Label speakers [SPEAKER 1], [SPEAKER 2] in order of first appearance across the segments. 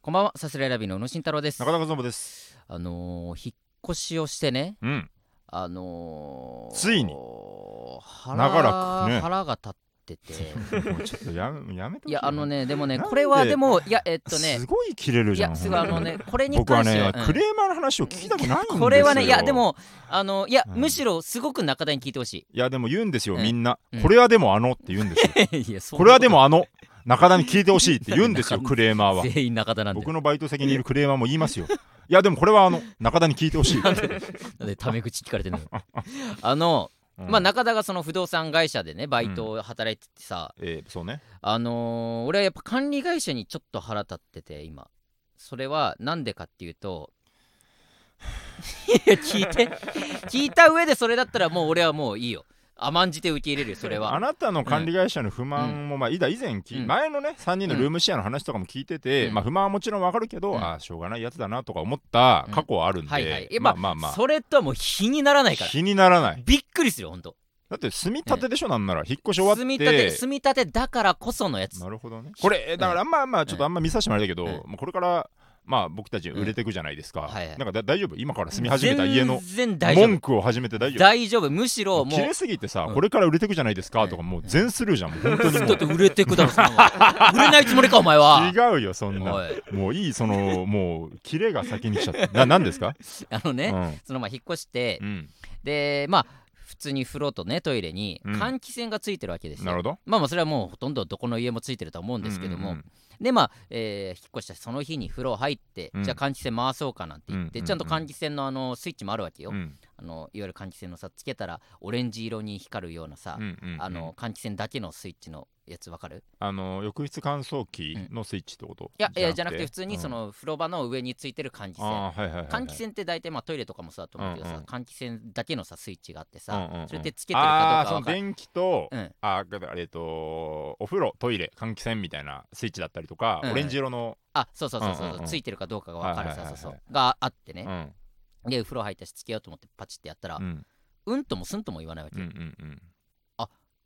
[SPEAKER 1] こんばんは、サスレラビーの宇野慎太郎です。
[SPEAKER 2] 中田和伸です。
[SPEAKER 1] あのー、引っ越しをしてね、
[SPEAKER 2] うん。
[SPEAKER 1] あのー、
[SPEAKER 2] ついに
[SPEAKER 1] 腹
[SPEAKER 2] 長らくね
[SPEAKER 1] 腹が立って て、
[SPEAKER 2] もうちょっとややめてほしい
[SPEAKER 1] いや、あのね、でもね、
[SPEAKER 2] なんで
[SPEAKER 1] これはでも、いや、えっとね
[SPEAKER 2] す、ごい切れる
[SPEAKER 1] い
[SPEAKER 2] じゃん。
[SPEAKER 1] や、すごい、あのね、これに
[SPEAKER 2] 僕は
[SPEAKER 1] 関して
[SPEAKER 2] ね
[SPEAKER 1] は、、
[SPEAKER 2] クレーマーの話を聞きたくないんです
[SPEAKER 1] うん
[SPEAKER 2] よ。
[SPEAKER 1] これはね、いや、で。も、あの、いや、
[SPEAKER 2] うん
[SPEAKER 1] むしろ、すごく中田に聞いてほし
[SPEAKER 2] いや、でも言うんですよ、
[SPEAKER 1] うん
[SPEAKER 2] みんな
[SPEAKER 1] うん。
[SPEAKER 2] これはでもあのって言うんですよ。
[SPEAKER 1] い。いや、そんなと
[SPEAKER 2] これはでもあの、中田に聞いてほしいって言うんです よ、
[SPEAKER 1] なん
[SPEAKER 2] クレーマーは。
[SPEAKER 1] 全員中田なんで、
[SPEAKER 2] 僕のバイト先にいるクレーマーも言いますよ。いや、でもこれはあの、中田に聞いてほしい。
[SPEAKER 1] なんで、タメ口聞かれてる のよ。あの、
[SPEAKER 2] うん
[SPEAKER 1] まあ、中田がその不動産会社でね、バイトを働いててさ、
[SPEAKER 2] えーそうね。
[SPEAKER 1] あのー俺はやっぱ管理会社にちょっと腹立ってて今それはなんでかっていうといや 聞いて聞いた上でそれだったらもう俺はもういいよ甘んじて受け入れるよそれ
[SPEAKER 2] あ
[SPEAKER 1] は
[SPEAKER 2] なたの管理会社の不満も、まあ、いだ以前聞い、
[SPEAKER 1] うん
[SPEAKER 2] 前のね、3人のルームシェアの話とかも聞いてて、
[SPEAKER 1] うん
[SPEAKER 2] まあ、不満はもちろんわかるけど、
[SPEAKER 1] うん
[SPEAKER 2] ああ、しょうがないやつだなとか思った過去はあるんで、
[SPEAKER 1] はいはいえま
[SPEAKER 2] まあ
[SPEAKER 1] あ
[SPEAKER 2] まあまあ、
[SPEAKER 1] それとはもう比にならないから
[SPEAKER 2] 気にならない。
[SPEAKER 1] びっくりするよほんと
[SPEAKER 2] だって、住み立てでしょ、なんなら、引っ越し終わっ
[SPEAKER 1] 積み立て
[SPEAKER 2] て。
[SPEAKER 1] 積み立てだからこそのやつ
[SPEAKER 2] なるほどね。これ、えだから、まあまあ、ちょっとあんま見させてもらえたけど、
[SPEAKER 1] うん
[SPEAKER 2] もうこれから、まあ、僕たち売れていくじゃないですか。
[SPEAKER 1] んはいはい
[SPEAKER 2] なんかだ大丈夫今から住み始めた家の
[SPEAKER 1] 全然大丈
[SPEAKER 2] 文
[SPEAKER 1] 夫
[SPEAKER 2] 句を始めて大丈夫
[SPEAKER 1] 大丈夫むしろも
[SPEAKER 2] 切れ
[SPEAKER 1] う
[SPEAKER 2] すぎてさ、
[SPEAKER 1] うん
[SPEAKER 2] これから売れていくじゃないですかとか、もう全スルーじゃん、も う本当にも
[SPEAKER 1] だって売れてくだろそんなもん売れないつもりかお前 は
[SPEAKER 2] う。違うよ、そんな。
[SPEAKER 1] おい
[SPEAKER 2] もういいそのもうキレが先に来ちゃったな何ですか、
[SPEAKER 1] あの
[SPEAKER 2] う
[SPEAKER 1] ね
[SPEAKER 2] ん
[SPEAKER 1] そのまあ引っ越して
[SPEAKER 2] うん、
[SPEAKER 1] でまあ普通に風呂とねトイレに
[SPEAKER 2] うん
[SPEAKER 1] 換気扇がついてるわけですよ、
[SPEAKER 2] なるほど
[SPEAKER 1] まあまあそれはもうほとんどどこの家もついてるとは思うんですけども、
[SPEAKER 2] うんうん
[SPEAKER 1] でまあ、えー引っ越したその日に風呂入って、
[SPEAKER 2] うん
[SPEAKER 1] じゃあ換気扇回そうかなんて言って、
[SPEAKER 2] うんうんうん
[SPEAKER 1] ちゃんと換気扇のあのスイッチもあるわけよ、
[SPEAKER 2] うんうん
[SPEAKER 1] あのいわゆる換気扇のさつけたらオレンジ色に光るようなさ、
[SPEAKER 2] うんうん
[SPEAKER 1] あの換気扇だけのスイッチのやつわかる
[SPEAKER 2] あの浴室乾燥機のスイッチってこと、
[SPEAKER 1] いやいやじゃなくて普通にそ、の風呂場の上についてる換気
[SPEAKER 2] うん
[SPEAKER 1] 扇、
[SPEAKER 2] あーはいはいはいはい
[SPEAKER 1] 換気扇って大体まあトイレとかもそうだと思うけどさ、
[SPEAKER 2] うんうん
[SPEAKER 1] 換気扇だけのさスイッチがあってさ、
[SPEAKER 2] うんうんうん
[SPEAKER 1] それでつけてるか
[SPEAKER 2] あ
[SPEAKER 1] どう
[SPEAKER 2] ー
[SPEAKER 1] か
[SPEAKER 2] そ
[SPEAKER 1] わ
[SPEAKER 2] の
[SPEAKER 1] かる
[SPEAKER 2] 電気と、
[SPEAKER 1] うん
[SPEAKER 2] あーあれえっとお風呂トイレ換気扇みたいなスイッチだったりとか、
[SPEAKER 1] うん
[SPEAKER 2] オレンジ色の、
[SPEAKER 1] あそうそうそうそう,、
[SPEAKER 2] うんうんうん
[SPEAKER 1] ついてるかどうかが分かる
[SPEAKER 2] はい
[SPEAKER 1] さ
[SPEAKER 2] はいはい
[SPEAKER 1] そ
[SPEAKER 2] は
[SPEAKER 1] う
[SPEAKER 2] い
[SPEAKER 1] そうがあってね
[SPEAKER 2] う、ん
[SPEAKER 1] で風呂入ったしつけようと思ってパチってやったら、
[SPEAKER 2] う
[SPEAKER 1] うん、
[SPEAKER 2] ん
[SPEAKER 1] ともすんとも言わないわ
[SPEAKER 2] うん
[SPEAKER 1] け、
[SPEAKER 2] う
[SPEAKER 1] よ
[SPEAKER 2] んうん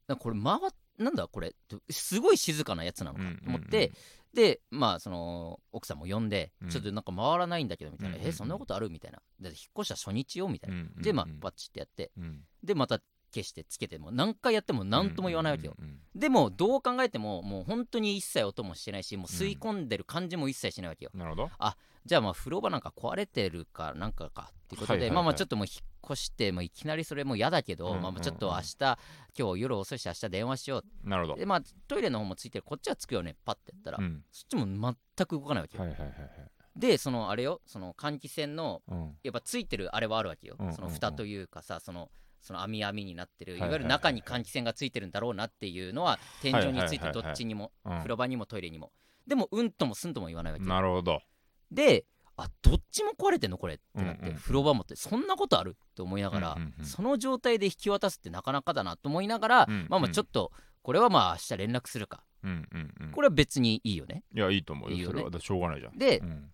[SPEAKER 1] なんかこれ回っなんだこれすごい静かなやつなのかと思って、
[SPEAKER 2] うんうんうん
[SPEAKER 1] でまあその奥さんも呼んで、
[SPEAKER 2] うん
[SPEAKER 1] ちょっとなんか回らないんだけどみたいな、
[SPEAKER 2] うんうんうん
[SPEAKER 1] えそんなことあるみたいなで引っ越した初日よみたいな、
[SPEAKER 2] うん
[SPEAKER 1] でまあ
[SPEAKER 2] うん
[SPEAKER 1] パチってやって
[SPEAKER 2] うん
[SPEAKER 1] でまた消してつけても何回やっても何とも言わないわけよ、
[SPEAKER 2] うんうんうん
[SPEAKER 1] でもどう考えてももう本当に一切音もしてないしもう吸い込んでる感じも一切しないわけよ、
[SPEAKER 2] なるほど
[SPEAKER 1] じゃあまあ風呂場なんか壊れてるかなんかかっていうことで、
[SPEAKER 2] はいはいはい
[SPEAKER 1] まあまあちょっともう引っ越してもういきなりそれも嫌だけど、
[SPEAKER 2] うんうんうん
[SPEAKER 1] まあまあちょっと明日今日夜遅いし明日電話しよ
[SPEAKER 2] なるほ
[SPEAKER 1] う
[SPEAKER 2] ど
[SPEAKER 1] でまあトイレの方もついてるこっちはつくよねパッてやったら、
[SPEAKER 2] うん
[SPEAKER 1] そっちも全く動かないわけよ、
[SPEAKER 2] はいはいはいはい
[SPEAKER 1] でそのあれよその換気扇の
[SPEAKER 2] うん
[SPEAKER 1] やっぱついてるあれはあるわけよ、
[SPEAKER 2] うんうんうん
[SPEAKER 1] その蓋というかさそのその網網になってる
[SPEAKER 2] はいいは
[SPEAKER 1] わ
[SPEAKER 2] い
[SPEAKER 1] ゆる中に換気扇がついてるんだろうなっていうのは天井についてどっちにも
[SPEAKER 2] うん
[SPEAKER 1] 風呂場にもトイレにもでもうんともすんとも言わないわけよ
[SPEAKER 2] なるほど
[SPEAKER 1] であどっちも壊れてんのこれってなって、
[SPEAKER 2] うんうん
[SPEAKER 1] 風呂場もってそんなことあるって思いながら、
[SPEAKER 2] うんうんうん
[SPEAKER 1] その状態で引き渡すってなかなかだなと思いながら、
[SPEAKER 2] うんうん
[SPEAKER 1] まあまあちょっとこれはまあ明日連絡するか
[SPEAKER 2] うんうんうん
[SPEAKER 1] これは別にいいよね
[SPEAKER 2] いや、いいと思うよ。
[SPEAKER 1] いいよ
[SPEAKER 2] そ
[SPEAKER 1] ね
[SPEAKER 2] れはだしょうがないじゃん。
[SPEAKER 1] で
[SPEAKER 2] うん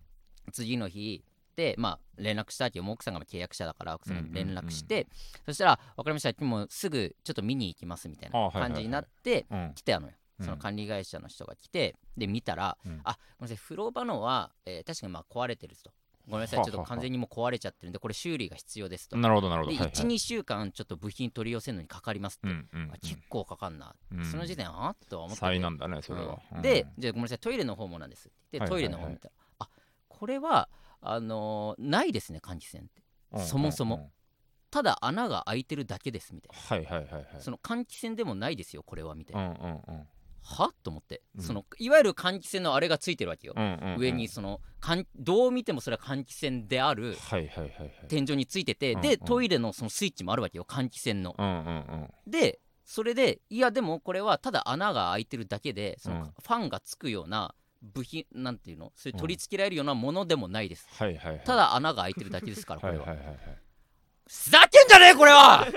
[SPEAKER 1] 次の日でまあ連絡したわけよもう奥さんが契約者だから奥さんに連絡して、
[SPEAKER 2] うん
[SPEAKER 1] そしたら分かりましたもうすぐちょっと見に行きますみたい
[SPEAKER 2] あ
[SPEAKER 1] な
[SPEAKER 2] はいはいはい
[SPEAKER 1] 感じになって、
[SPEAKER 2] うん
[SPEAKER 1] 来たのよ
[SPEAKER 2] うん
[SPEAKER 1] その管理会社の人が来て、で見たら、
[SPEAKER 2] うん
[SPEAKER 1] あごめんなさい風呂場のは、えー確かにまあ壊れてるとごめんなさい
[SPEAKER 2] は
[SPEAKER 1] ちょっと
[SPEAKER 2] はは
[SPEAKER 1] 完全にもう壊れちゃってるんでこれ修理が必要ですと、
[SPEAKER 2] なるほど、なるほ
[SPEAKER 1] で
[SPEAKER 2] ど。はいはい
[SPEAKER 1] 12、週間ちょっと部品取り寄せるのにかかりますって、
[SPEAKER 2] うんうんうん
[SPEAKER 1] あ結構かかんな、
[SPEAKER 2] うん
[SPEAKER 1] その時点あっとは思って
[SPEAKER 2] 災難だね、それは。うん
[SPEAKER 1] で、じゃあごめんなさいトイレの方もなんですで
[SPEAKER 2] はいはい
[SPEAKER 1] ト
[SPEAKER 2] は
[SPEAKER 1] イ
[SPEAKER 2] い
[SPEAKER 1] レの方見たら、あこれはあのーないですね換気扇って
[SPEAKER 2] うん
[SPEAKER 1] そもそも。ただ穴が開いてるだけですみたい
[SPEAKER 2] うんはいはいはいはい。
[SPEAKER 1] なその換気扇でもないですよこれはみたいな、
[SPEAKER 2] うんうんうん
[SPEAKER 1] はと思って、
[SPEAKER 2] うん
[SPEAKER 1] そのいわゆる換気扇のあれがついてるわけよ、
[SPEAKER 2] うんうんうん。
[SPEAKER 1] 上にそのかんどう見てもそれは換気扇である
[SPEAKER 2] はいはいはいはい。
[SPEAKER 1] 天井についてて、
[SPEAKER 2] うんう
[SPEAKER 1] で
[SPEAKER 2] ん
[SPEAKER 1] トイレのそのスイッチもあるわけよ換気扇の、
[SPEAKER 2] うんうんうん。
[SPEAKER 1] でそれでいやでもこれはただ穴が開いてるだけでそ
[SPEAKER 2] うん
[SPEAKER 1] のファンがつくような部品なんていうのそれ取り付けられるようなものでもないです、
[SPEAKER 2] はいはいはい。
[SPEAKER 1] た、だ穴が開いてるだけですからこ
[SPEAKER 2] は
[SPEAKER 1] れ
[SPEAKER 2] い
[SPEAKER 1] は、
[SPEAKER 2] はいはいはい。
[SPEAKER 1] ふざけんじゃねえこれは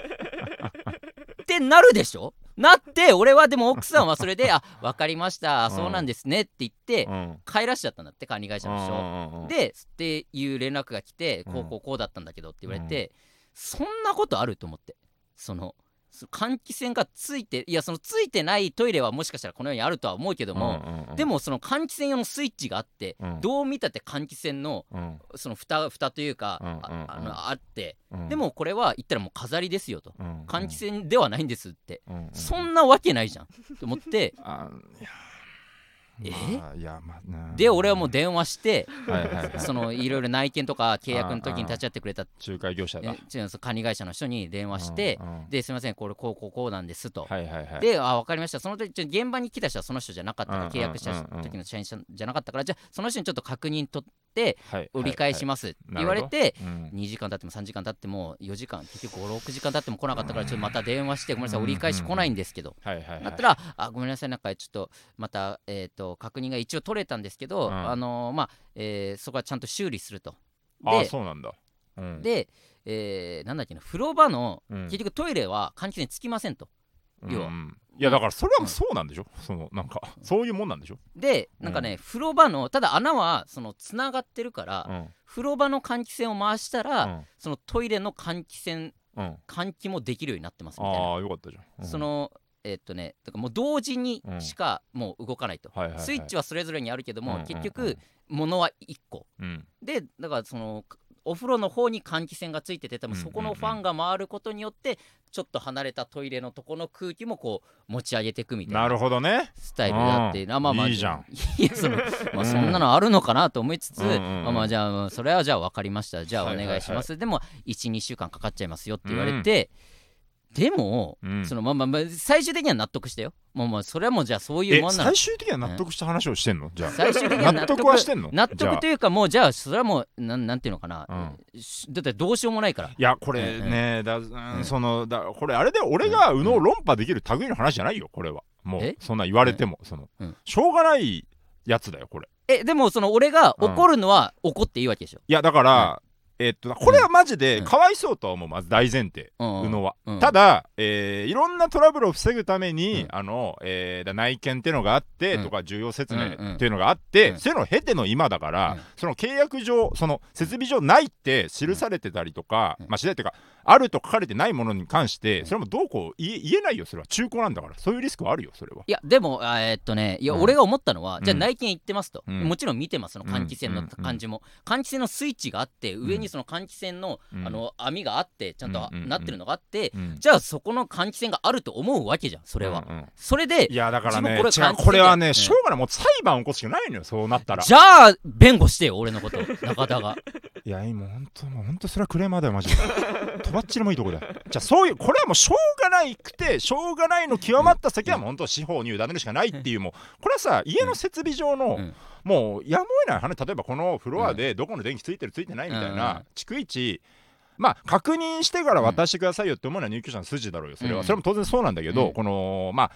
[SPEAKER 1] ってなるでしょなって俺はでも奥さんはそれ で「あ分かりました
[SPEAKER 2] うん
[SPEAKER 1] そうなんですね」って言って
[SPEAKER 2] うん
[SPEAKER 1] 帰らしちゃったんだって管理会社の人を
[SPEAKER 2] うんうんうん
[SPEAKER 1] でっていう連絡が来て「
[SPEAKER 2] うん
[SPEAKER 1] こうこうこうだったんだけど」って言われて、そんなことあると思ってそのその換気扇がついていやそのついてないトイレはもしかしたらこの世にあるとは思うけども、
[SPEAKER 2] うんうんうん
[SPEAKER 1] で、もその換気扇用のスイッチがあって、
[SPEAKER 2] うん
[SPEAKER 1] どう見たって換気扇の
[SPEAKER 2] うん
[SPEAKER 1] その蓋蓋というか、
[SPEAKER 2] うんうんうん
[SPEAKER 1] ああのあって、
[SPEAKER 2] うん
[SPEAKER 1] で、もこれは言ったらもう飾りですよと
[SPEAKER 2] うんうん
[SPEAKER 1] 換気扇ではないんですって、
[SPEAKER 2] うんうん
[SPEAKER 1] そんなわけないじゃん と思って
[SPEAKER 2] あいや
[SPEAKER 1] え
[SPEAKER 2] まあいやまあうん
[SPEAKER 1] で俺はもう電話して
[SPEAKER 2] はいはいはい
[SPEAKER 1] そのいろいろ内見とか契約の時に立ち会ってくれた
[SPEAKER 2] 仲介業者だ
[SPEAKER 1] え違うその管理会社の人に電話して
[SPEAKER 2] うんうん
[SPEAKER 1] で、すみません、これ、こう、こう、こうなんですと。
[SPEAKER 2] はいはいはい
[SPEAKER 1] で、あ、わかりました。その時、ちょ現場に来た人はその人じゃなかったから、
[SPEAKER 2] うん
[SPEAKER 1] 契約した
[SPEAKER 2] うんうん
[SPEAKER 1] 時の社員さんじゃなかったから、じゃあ、その人にちょっと確認取って、
[SPEAKER 2] はい
[SPEAKER 1] 折り返しますって言われて、2時間経っても3時間経っても4時間結局56時間経っても来なかったからちょっとまた電話してごめんなさい
[SPEAKER 2] うん
[SPEAKER 1] 折り返し来ないんですけど
[SPEAKER 2] はいはいはい
[SPEAKER 1] だったらあごめんなさいなんかちょっとまたえっと確認が一応取れたんですけど
[SPEAKER 2] うん
[SPEAKER 1] あのーまあえーそこはちゃんと修理すると
[SPEAKER 2] あ
[SPEAKER 1] で
[SPEAKER 2] そうなんだうん
[SPEAKER 1] でえーなんだっけな風呂場の
[SPEAKER 2] うん
[SPEAKER 1] 結局トイレは換気扇つきませんと要は
[SPEAKER 2] うんいやだからそれはそうなんでしょそのなんかそういうもんなんでしょ
[SPEAKER 1] でなんかね、風呂場のただ穴はそのつながってるから、
[SPEAKER 2] うん
[SPEAKER 1] 風呂場の換気扇を回したら、
[SPEAKER 2] うん
[SPEAKER 1] そのトイレの換気扇
[SPEAKER 2] うん
[SPEAKER 1] 換気もできるようになってますみたいな、
[SPEAKER 2] ああよかったじゃんうん
[SPEAKER 1] そのえっとねだからもう同時にしかもう動かないと、
[SPEAKER 2] はいはいはい
[SPEAKER 1] スイッチはそれぞれにあるけども、
[SPEAKER 2] うんうんうん
[SPEAKER 1] 結局物は1個
[SPEAKER 2] うん
[SPEAKER 1] でだからそのお風呂の方に換気扇がついてて多分
[SPEAKER 2] うんうん
[SPEAKER 1] そ
[SPEAKER 2] うん
[SPEAKER 1] このファンが回ることによってちょっと離れたトイレのとこの空気もこう持ち上げていくみたいな
[SPEAKER 2] なるほどね
[SPEAKER 1] スタイルだって、
[SPEAKER 2] うん
[SPEAKER 1] あまあまあ
[SPEAKER 2] いいじゃん
[SPEAKER 1] いやそ の、ま
[SPEAKER 2] う
[SPEAKER 1] あ、
[SPEAKER 2] ん
[SPEAKER 1] そんなのあるのかなと思いつつ、
[SPEAKER 2] うんうんうん
[SPEAKER 1] まあまあじゃあそれはじゃあ分かりましたじゃあお
[SPEAKER 2] はいはいは
[SPEAKER 1] 願
[SPEAKER 2] い
[SPEAKER 1] いします、でも12週間かかっちゃいますよって言われて、でも、
[SPEAKER 2] うん
[SPEAKER 1] そのまあまあまあ最終的には納得してよもうまあそれはもうじゃあそういう
[SPEAKER 2] え
[SPEAKER 1] もんなの
[SPEAKER 2] 最終的には納得した話をしてんのじゃあ
[SPEAKER 1] 最終的には納得
[SPEAKER 2] 納得はしてんの
[SPEAKER 1] 納
[SPEAKER 2] じゃ
[SPEAKER 1] 得
[SPEAKER 2] あ
[SPEAKER 1] というかもうじゃあそれはもうなんなんていうのかな、しだってどうしようもないから
[SPEAKER 2] いやこれ
[SPEAKER 1] うんうん
[SPEAKER 2] ねだう
[SPEAKER 1] うん
[SPEAKER 2] んそのだこれあれで俺が右脳論破できる類の話じゃないよこれはもう
[SPEAKER 1] え
[SPEAKER 2] そんな言われてもその
[SPEAKER 1] うん
[SPEAKER 2] しょうがないやつだよこれ
[SPEAKER 1] えでもその俺が怒るのは怒っていいわけでしょ、
[SPEAKER 2] いやだからえっとこれはマジで
[SPEAKER 1] うん
[SPEAKER 2] かわいそうとは思うまず大前提
[SPEAKER 1] うん
[SPEAKER 2] 宇野は、
[SPEAKER 1] うん
[SPEAKER 2] ただ、えーいろんなトラブルを防ぐために、
[SPEAKER 1] うん
[SPEAKER 2] あのえーだ内見ってのがあって、
[SPEAKER 1] うん
[SPEAKER 2] とか重要説
[SPEAKER 1] うんうん
[SPEAKER 2] 明っていうのがあって、
[SPEAKER 1] うん
[SPEAKER 2] そういうのを経ての今だから、
[SPEAKER 1] うん
[SPEAKER 2] その契約上その設備上ないって記されてたりとか、
[SPEAKER 1] うん
[SPEAKER 2] まあ記されてるかあると書かれてないものに関して、
[SPEAKER 1] うん。
[SPEAKER 2] それもどうこう言え言えないよそれは中古なんだからそういうリスクはあるよそれはい
[SPEAKER 1] やでもあえーっとねいや、
[SPEAKER 2] うん
[SPEAKER 1] 俺が思ったのはじゃあ
[SPEAKER 2] うん
[SPEAKER 1] 内見行ってますと、
[SPEAKER 2] うん
[SPEAKER 1] もちろん見てますその換気扇
[SPEAKER 2] う
[SPEAKER 1] の
[SPEAKER 2] んうん
[SPEAKER 1] 感じも、換気扇のスイッチがあって上にその換気扇の,、
[SPEAKER 2] うん
[SPEAKER 1] あの網があってちゃんと
[SPEAKER 2] うんうんうん
[SPEAKER 1] なってるのがあって、
[SPEAKER 2] うん
[SPEAKER 1] じゃあそこの換気扇があると思うわけじゃんそれは、
[SPEAKER 2] うんうん
[SPEAKER 1] それで
[SPEAKER 2] いやだからね
[SPEAKER 1] 自分
[SPEAKER 2] 違う
[SPEAKER 1] これ
[SPEAKER 2] これは
[SPEAKER 1] う
[SPEAKER 2] ね
[SPEAKER 1] ん
[SPEAKER 2] しょうがないもう裁判起こすしかないのよそうなったら
[SPEAKER 1] じゃあ弁護してよ俺のこと中田 が
[SPEAKER 2] いや、今、本当、もう本当、それはクレーマーだよ、マジで。 とばっちりもいいとこだよ。じゃあ、そういう、これはもう、しょうがないくて、しょうがないの極まった先は、もう本当、司法に委ねるしかないっていう、もう、これはさ、家の設備上の、
[SPEAKER 1] うん
[SPEAKER 2] もう、やむを得ない話、例えば、このフロアで、どこの電気ついてる、ついてないみたいな、
[SPEAKER 1] うん
[SPEAKER 2] 逐一、まあ、確認してから渡してくださいよって思うのは入居者の筋だろうよ、それは。
[SPEAKER 1] うん
[SPEAKER 2] それも当然そうなんだけど、
[SPEAKER 1] うん
[SPEAKER 2] この、まあ、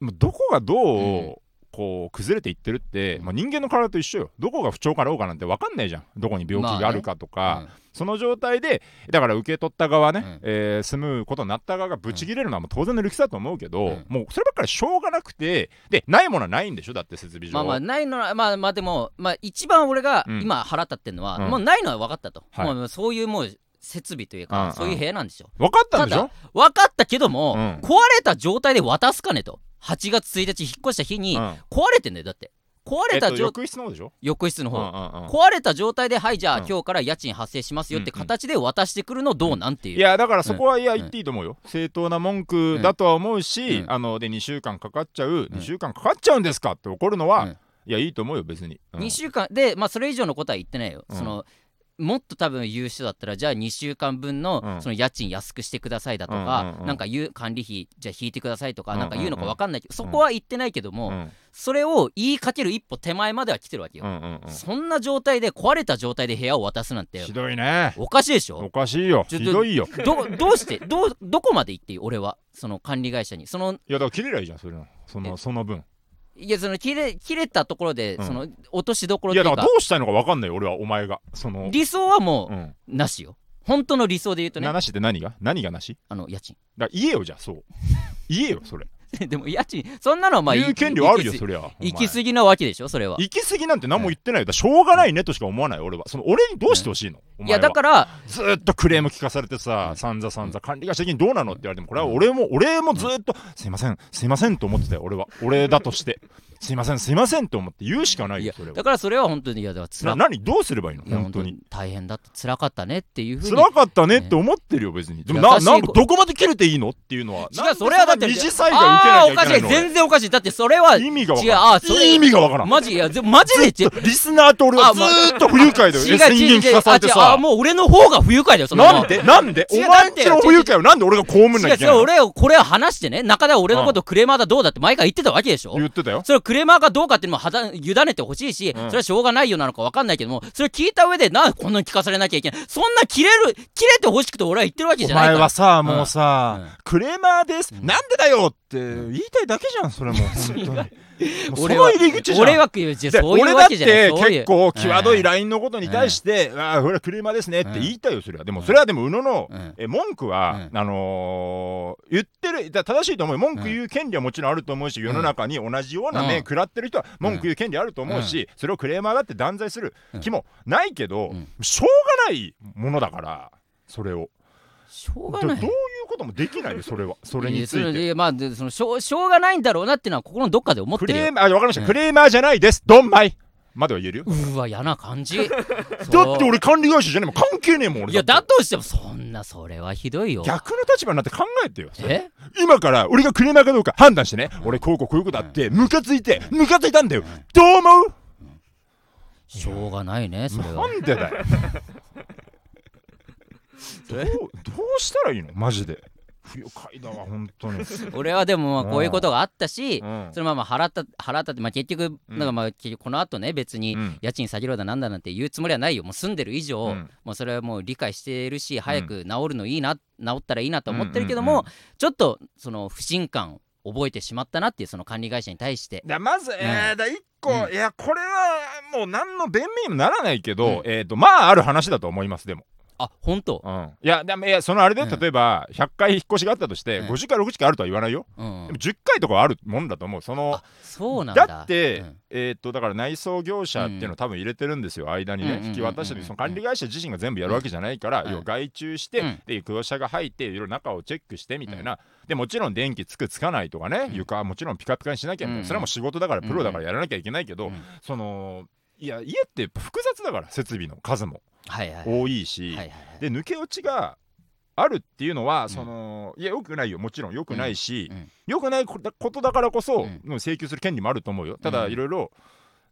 [SPEAKER 2] もうどこがどう、
[SPEAKER 1] うん
[SPEAKER 2] こう崩れていってるって、
[SPEAKER 1] うん
[SPEAKER 2] まあ、人間の体と一緒よどこが不調かどうかなんて分かんないじゃんどこに病気があるかとか、その状態でだから受け取った側ね、
[SPEAKER 1] うん
[SPEAKER 2] えー住むことになった側がブチ切れるのはもう当然の理屈だと思うけど、
[SPEAKER 1] うん
[SPEAKER 2] もうそればっかりしょうがなくてでないものはないんでしょだって設備
[SPEAKER 1] うん
[SPEAKER 2] 上
[SPEAKER 1] まあまあないのはまあまあでも、まあ、一番俺が
[SPEAKER 2] うん
[SPEAKER 1] 今腹立ってるのは、
[SPEAKER 2] うん
[SPEAKER 1] もうないのは分かったと、
[SPEAKER 2] はい
[SPEAKER 1] もうそういうもう設備というか、
[SPEAKER 2] うん
[SPEAKER 1] そういう部屋なんでしょ
[SPEAKER 2] 分かったんでしょ
[SPEAKER 1] 分かったけども、
[SPEAKER 2] うん
[SPEAKER 1] 壊れた状態で渡すかねと8月1日引っ越した日に、
[SPEAKER 2] うん
[SPEAKER 1] 壊れてんだよだって壊
[SPEAKER 2] え
[SPEAKER 1] れ
[SPEAKER 2] っと
[SPEAKER 1] た状、
[SPEAKER 2] 浴室の方でしょ、
[SPEAKER 1] 浴室の
[SPEAKER 2] うんう
[SPEAKER 1] 方、
[SPEAKER 2] んうん
[SPEAKER 1] 壊れた状態ではいじゃあ、
[SPEAKER 2] うん
[SPEAKER 1] 今日から家賃発生しますよって形で渡してくるのどうなんっていう、
[SPEAKER 2] いやだからそこは、いや
[SPEAKER 1] うん
[SPEAKER 2] 言っていいと思うよ正当な文句だとは思うし、
[SPEAKER 1] うん
[SPEAKER 2] あので2週間かかっちゃう、2週間かかっちゃうんですかって怒るのは、
[SPEAKER 1] うん
[SPEAKER 2] いやいいと思うよ別に、うん
[SPEAKER 1] 2週間でまあそれ以上のことは言ってないよ、
[SPEAKER 2] うん
[SPEAKER 1] そのもっと多分優秀だったらじゃあ2週間分
[SPEAKER 2] う
[SPEAKER 1] の
[SPEAKER 2] ん
[SPEAKER 1] その家賃安くしてくださいだとか、
[SPEAKER 2] うんうんうん
[SPEAKER 1] なんか言う管理費じゃあ引いてくださいとか、
[SPEAKER 2] うんうん
[SPEAKER 1] な
[SPEAKER 2] うん
[SPEAKER 1] んか言うのか分かんないけどそこは言ってないけども、
[SPEAKER 2] うん
[SPEAKER 1] それを言いかける一歩手前までは来てるわけよ、
[SPEAKER 2] うんうんうん
[SPEAKER 1] そんな状態で壊れた状態で部屋を渡すなんて
[SPEAKER 2] ひどいね
[SPEAKER 1] おかしいでし
[SPEAKER 2] お
[SPEAKER 1] ょ
[SPEAKER 2] かしいよ
[SPEAKER 1] ちょ
[SPEAKER 2] ひ
[SPEAKER 1] っと
[SPEAKER 2] どいよ
[SPEAKER 1] どどうしてどうどこまで行っていい俺はその管理会社にその
[SPEAKER 2] いやだから切れりゃいいじゃんそれのそのその分
[SPEAKER 1] いやその切れ切れたところで、
[SPEAKER 2] うん
[SPEAKER 1] その落としどころ
[SPEAKER 2] い
[SPEAKER 1] とい
[SPEAKER 2] や
[SPEAKER 1] うか
[SPEAKER 2] だからどうしたいのか分かんないよ俺はお前がその
[SPEAKER 1] 理想はも
[SPEAKER 2] うん
[SPEAKER 1] うなしよ本当の理想で言うとね
[SPEAKER 2] ななしって何が何がなし
[SPEAKER 1] あの家賃
[SPEAKER 2] だから言えよじゃあそう言えよそれ
[SPEAKER 1] でも家賃そんなのはまあ
[SPEAKER 2] 言う権利はあるよ
[SPEAKER 1] 行き
[SPEAKER 2] そりゃ
[SPEAKER 1] 行き
[SPEAKER 2] ぎ
[SPEAKER 1] 過ぎなわけでしょそれは
[SPEAKER 2] 行き過ぎなんて何も言ってないよだからしょうがないねとしか思わない俺はその俺にどうしてほしいの、お
[SPEAKER 1] い
[SPEAKER 2] 前
[SPEAKER 1] や
[SPEAKER 2] は
[SPEAKER 1] だから
[SPEAKER 2] ずーっとクレーム聞かされてさ、さんざさんざ管理会社的にどうなのって言われても、これは俺も、俺もずーっと、すいません、すいませんと思ってたよ、俺は。俺だとして。すいません、すいませんと思って言うしかない
[SPEAKER 1] い
[SPEAKER 2] よ
[SPEAKER 1] や、
[SPEAKER 2] そ
[SPEAKER 1] だ
[SPEAKER 2] れは。
[SPEAKER 1] からそれは本当にいやだからつら
[SPEAKER 2] な何どうすればいいの本当に。
[SPEAKER 1] 大変だった辛かったねっていうふうに
[SPEAKER 2] 辛かったねって思ってるよ、別に。でもな、
[SPEAKER 1] 優しい
[SPEAKER 2] なんかどこまで切れていいのっていうのは。
[SPEAKER 1] 違うそれはだって
[SPEAKER 2] なんでそんな二次災害受けな
[SPEAKER 1] あ
[SPEAKER 2] きゃいけ
[SPEAKER 1] ーおかしい
[SPEAKER 2] ない
[SPEAKER 1] 全然おかしいだってそれは
[SPEAKER 2] の意味がわ
[SPEAKER 1] 違うあー
[SPEAKER 2] か
[SPEAKER 1] そ
[SPEAKER 2] らん。
[SPEAKER 1] れ
[SPEAKER 2] 意味がわから ん。
[SPEAKER 1] マジいやぜマジで違う
[SPEAKER 2] リスナーと俺はずーっと不愉快だよ。
[SPEAKER 1] 違う違
[SPEAKER 2] 宣言
[SPEAKER 1] う違
[SPEAKER 2] 聞
[SPEAKER 1] う
[SPEAKER 2] かされて
[SPEAKER 1] あ違うあ
[SPEAKER 2] さ。
[SPEAKER 1] もう俺の方が不愉快だよその
[SPEAKER 2] なんでなんでお
[SPEAKER 1] 違う
[SPEAKER 2] 前んち
[SPEAKER 1] だ
[SPEAKER 2] の
[SPEAKER 1] って
[SPEAKER 2] 不愉快をなんで俺が被んなきゃ
[SPEAKER 1] 違う
[SPEAKER 2] いけ
[SPEAKER 1] 違う
[SPEAKER 2] ないの
[SPEAKER 1] 俺をこれは話してね中田は俺のことクレーマーだどうだって毎回言ってたわけでしょ
[SPEAKER 2] 言ってたよ。
[SPEAKER 1] それをクレーマーかどうかっていうのもはだ委ねてほしいし、
[SPEAKER 2] うん
[SPEAKER 1] それはしょうがないよなのか分かんないけどもそれを聞いた上でなんでこんなに聞かされなきゃいけないそんな切れる切れてほしくて俺は言ってるわけ
[SPEAKER 2] お
[SPEAKER 1] じゃないか
[SPEAKER 2] 前
[SPEAKER 1] ら
[SPEAKER 2] はさ
[SPEAKER 1] ん
[SPEAKER 2] もうさ、
[SPEAKER 1] うん
[SPEAKER 2] クレーマーです、
[SPEAKER 1] ん
[SPEAKER 2] なんでだよって言いたいだけじゃんそれもう 本当にもうその入り口じゃん
[SPEAKER 1] 俺は俺はじゃ
[SPEAKER 2] で
[SPEAKER 1] そうい
[SPEAKER 2] 俺
[SPEAKER 1] う
[SPEAKER 2] だ
[SPEAKER 1] わ
[SPEAKER 2] っ
[SPEAKER 1] けじゃない
[SPEAKER 2] て
[SPEAKER 1] そういう
[SPEAKER 2] 結構際どい LINE のことに対して「ああほらクレーマーですね」って言いたいよそれはでもそれはでも宇野の
[SPEAKER 1] うん
[SPEAKER 2] え文句はあのー言ってるだ正しいと思う文句言う権利はもちろんあると思うし世の中に同じような
[SPEAKER 1] うん
[SPEAKER 2] 面食らってる人は文句言う権利あると思うしそれをクレーマーだって断罪する気もないけど
[SPEAKER 1] うん
[SPEAKER 2] しょうがないものだからそれを。
[SPEAKER 1] しょう
[SPEAKER 2] ど
[SPEAKER 1] が
[SPEAKER 2] どう
[SPEAKER 1] ない
[SPEAKER 2] いうこともできないよそれはそ
[SPEAKER 1] そ
[SPEAKER 2] れについて。
[SPEAKER 1] まあでそのしょうしょうがないんだろうなっていうのは心のどっかで思っ
[SPEAKER 2] ク
[SPEAKER 1] てる
[SPEAKER 2] レー
[SPEAKER 1] よ
[SPEAKER 2] マーあ分かりました、
[SPEAKER 1] うん
[SPEAKER 2] クレーマーじゃないですドンマイまでは言えるよ
[SPEAKER 1] うーわ嫌な感じだ
[SPEAKER 2] だって俺管理会社じゃねえもん関係ねえもん俺
[SPEAKER 1] いや
[SPEAKER 2] って
[SPEAKER 1] だとしてもそんなそれはひどいよ
[SPEAKER 2] 逆の立場になって考えてよそれ
[SPEAKER 1] え
[SPEAKER 2] 今から俺がクレーマーかどうか判断してね俺こうこうこういうことあってムカついてムカついたんだよどう思う
[SPEAKER 1] しょうがないねそれは
[SPEAKER 2] なんでだよ どうどうしたらいいのマジで不愉快だわ本当に、
[SPEAKER 1] 俺はでもまあこういうことがあったし、
[SPEAKER 2] うん
[SPEAKER 1] そのまま腹立っ腹立って、まあ、結局
[SPEAKER 2] うん
[SPEAKER 1] なんかまあ結局この後ね別に
[SPEAKER 2] うん
[SPEAKER 1] 家賃下げろだなんだなんて言うつもりはないよもう住んでる以上、
[SPEAKER 2] うん
[SPEAKER 1] もうそれはもう理解してるし早く治るのいいな、治ったらいいなと思ってるけども、
[SPEAKER 2] うんうんうん
[SPEAKER 1] ちょっとその不信感を覚えてしまったなっていうその管理会社に対して
[SPEAKER 2] だまず、えーだ一個、
[SPEAKER 1] う
[SPEAKER 2] いやこれはもう何の弁明にもならないけど、
[SPEAKER 1] うん
[SPEAKER 2] えっ、とまあある話だと思いますでも、
[SPEAKER 1] あ本当
[SPEAKER 2] うん、いやでもいやそのあれで、
[SPEAKER 1] うん
[SPEAKER 2] 例えば100回引っ越しがあったとして、
[SPEAKER 1] うん
[SPEAKER 2] 50回60回あるとは言わないよ、
[SPEAKER 1] うん
[SPEAKER 2] でも10回とかはあるもんだと思うその
[SPEAKER 1] あそうなんだ
[SPEAKER 2] だって、
[SPEAKER 1] うん
[SPEAKER 2] えっ、とだから内装業者っていうのを多分入れてるんですよ、間に
[SPEAKER 1] うんうん
[SPEAKER 2] ね
[SPEAKER 1] うんうん
[SPEAKER 2] 引き渡した時その管理会社自身が全部やるわけじゃないから、
[SPEAKER 1] うん
[SPEAKER 2] 要は外注して、
[SPEAKER 1] うん
[SPEAKER 2] で業者が入っていろいろ中をチェックしてみたいな、でもちろん電気つくつかないとかね、
[SPEAKER 1] うん
[SPEAKER 2] 床はもちろんピカピカにしなきゃみたいな、
[SPEAKER 1] うん
[SPEAKER 2] それはもう仕事だからプロだからやらなきゃいけないけど、
[SPEAKER 1] うん
[SPEAKER 2] そのいや家ってやっぱ複雑だから設備の数も
[SPEAKER 1] はいはいはい
[SPEAKER 2] 多いし、
[SPEAKER 1] はいはい
[SPEAKER 2] で抜け落ちがあるっていうのは、
[SPEAKER 1] ん
[SPEAKER 2] そのいやよくないよもちろんよくないし、
[SPEAKER 1] うんうん
[SPEAKER 2] よくないことことだからこそ、
[SPEAKER 1] うん
[SPEAKER 2] もう請求する権利もあると思うよただ
[SPEAKER 1] うん
[SPEAKER 2] いろいろ、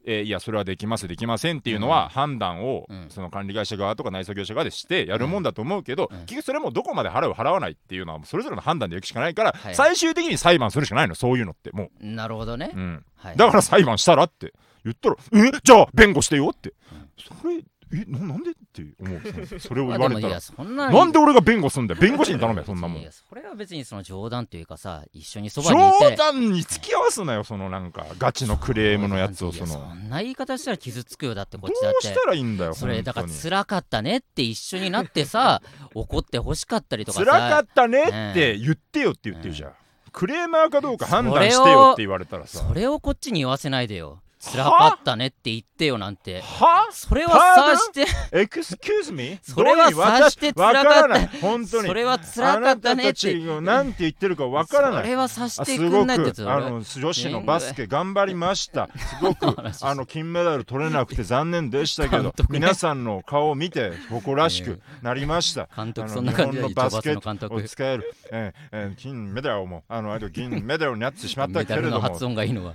[SPEAKER 2] えーいやそれはできますできませんっていうのは、
[SPEAKER 1] うん
[SPEAKER 2] 判断を、
[SPEAKER 1] うん
[SPEAKER 2] その管理会社側とか内装業者側でしてやるもんだと思うけど、
[SPEAKER 1] うん
[SPEAKER 2] 結局それもどこまで払う払わないっていうのはそれぞれの判断でいくしかないから、
[SPEAKER 1] はい
[SPEAKER 2] 最終的に裁判するしかないのそういうのっても
[SPEAKER 1] なるほどね、
[SPEAKER 2] う、うん、
[SPEAKER 1] はい、
[SPEAKER 2] だから裁判したらって言ったら「えじゃあ弁護してよ」って、
[SPEAKER 1] うん
[SPEAKER 2] それえななんでって思うそれを
[SPEAKER 1] ま
[SPEAKER 2] 言
[SPEAKER 1] あ
[SPEAKER 2] わ
[SPEAKER 1] で
[SPEAKER 2] れ
[SPEAKER 1] もい
[SPEAKER 2] たら
[SPEAKER 1] やそんな
[SPEAKER 2] なんで俺が弁護すんだよ弁護士に頼め そんなも
[SPEAKER 1] い
[SPEAKER 2] ん
[SPEAKER 1] やそれは別にその冗談というかさ一緒にそばにいて
[SPEAKER 2] 冗談に付き合わすなよそのなんかガチのクレームのやつをその
[SPEAKER 1] いやそんな言い方したら傷つくよだってこ
[SPEAKER 2] ど
[SPEAKER 1] っちだっ
[SPEAKER 2] うしてたらいいんだよ
[SPEAKER 1] それだから
[SPEAKER 2] 本当に
[SPEAKER 1] 辛かったねって一緒になって さ怒ってほしかったりとかさ
[SPEAKER 2] 辛かったね
[SPEAKER 1] ね
[SPEAKER 2] って言ってよって言ってるじゃんクレーマーかどうか
[SPEAKER 1] それを
[SPEAKER 2] 判断してよって言われたらさ
[SPEAKER 1] それをこっちに言わせないでよ辛かったねって言ってよなんて
[SPEAKER 2] は
[SPEAKER 1] それはさ
[SPEAKER 2] パ
[SPEAKER 1] して
[SPEAKER 2] エクスキューズミ
[SPEAKER 1] それは察して辛かった
[SPEAKER 2] わからない本当に
[SPEAKER 1] それは辛かったねっ
[SPEAKER 2] あなた
[SPEAKER 1] て
[SPEAKER 2] たちが何て言ってるかわからない
[SPEAKER 1] それはさし
[SPEAKER 2] あ
[SPEAKER 1] て
[SPEAKER 2] す
[SPEAKER 1] く
[SPEAKER 2] ご
[SPEAKER 1] ん
[SPEAKER 2] く
[SPEAKER 1] ないってやつ
[SPEAKER 2] あの女子のバスケ頑張りましたすごく
[SPEAKER 1] 話
[SPEAKER 2] あの 金メダル取れなくて残念でしたけど、
[SPEAKER 1] 監督ね
[SPEAKER 2] 皆さんの顔を見て誇らしくなりました、
[SPEAKER 1] 監督
[SPEAKER 2] あの
[SPEAKER 1] そんな感じ
[SPEAKER 2] 日
[SPEAKER 1] だ
[SPEAKER 2] 本
[SPEAKER 1] よ
[SPEAKER 2] のバスケ
[SPEAKER 1] 一応バ
[SPEAKER 2] ッ
[SPEAKER 1] スケの監
[SPEAKER 2] トを
[SPEAKER 1] 督
[SPEAKER 2] 使える、えーえー金メダルもあのあと銀メダルになってしまった
[SPEAKER 1] メ
[SPEAKER 2] け
[SPEAKER 1] ダ
[SPEAKER 2] れ
[SPEAKER 1] ル
[SPEAKER 2] ども
[SPEAKER 1] の
[SPEAKER 2] 本
[SPEAKER 1] 発音がいいのは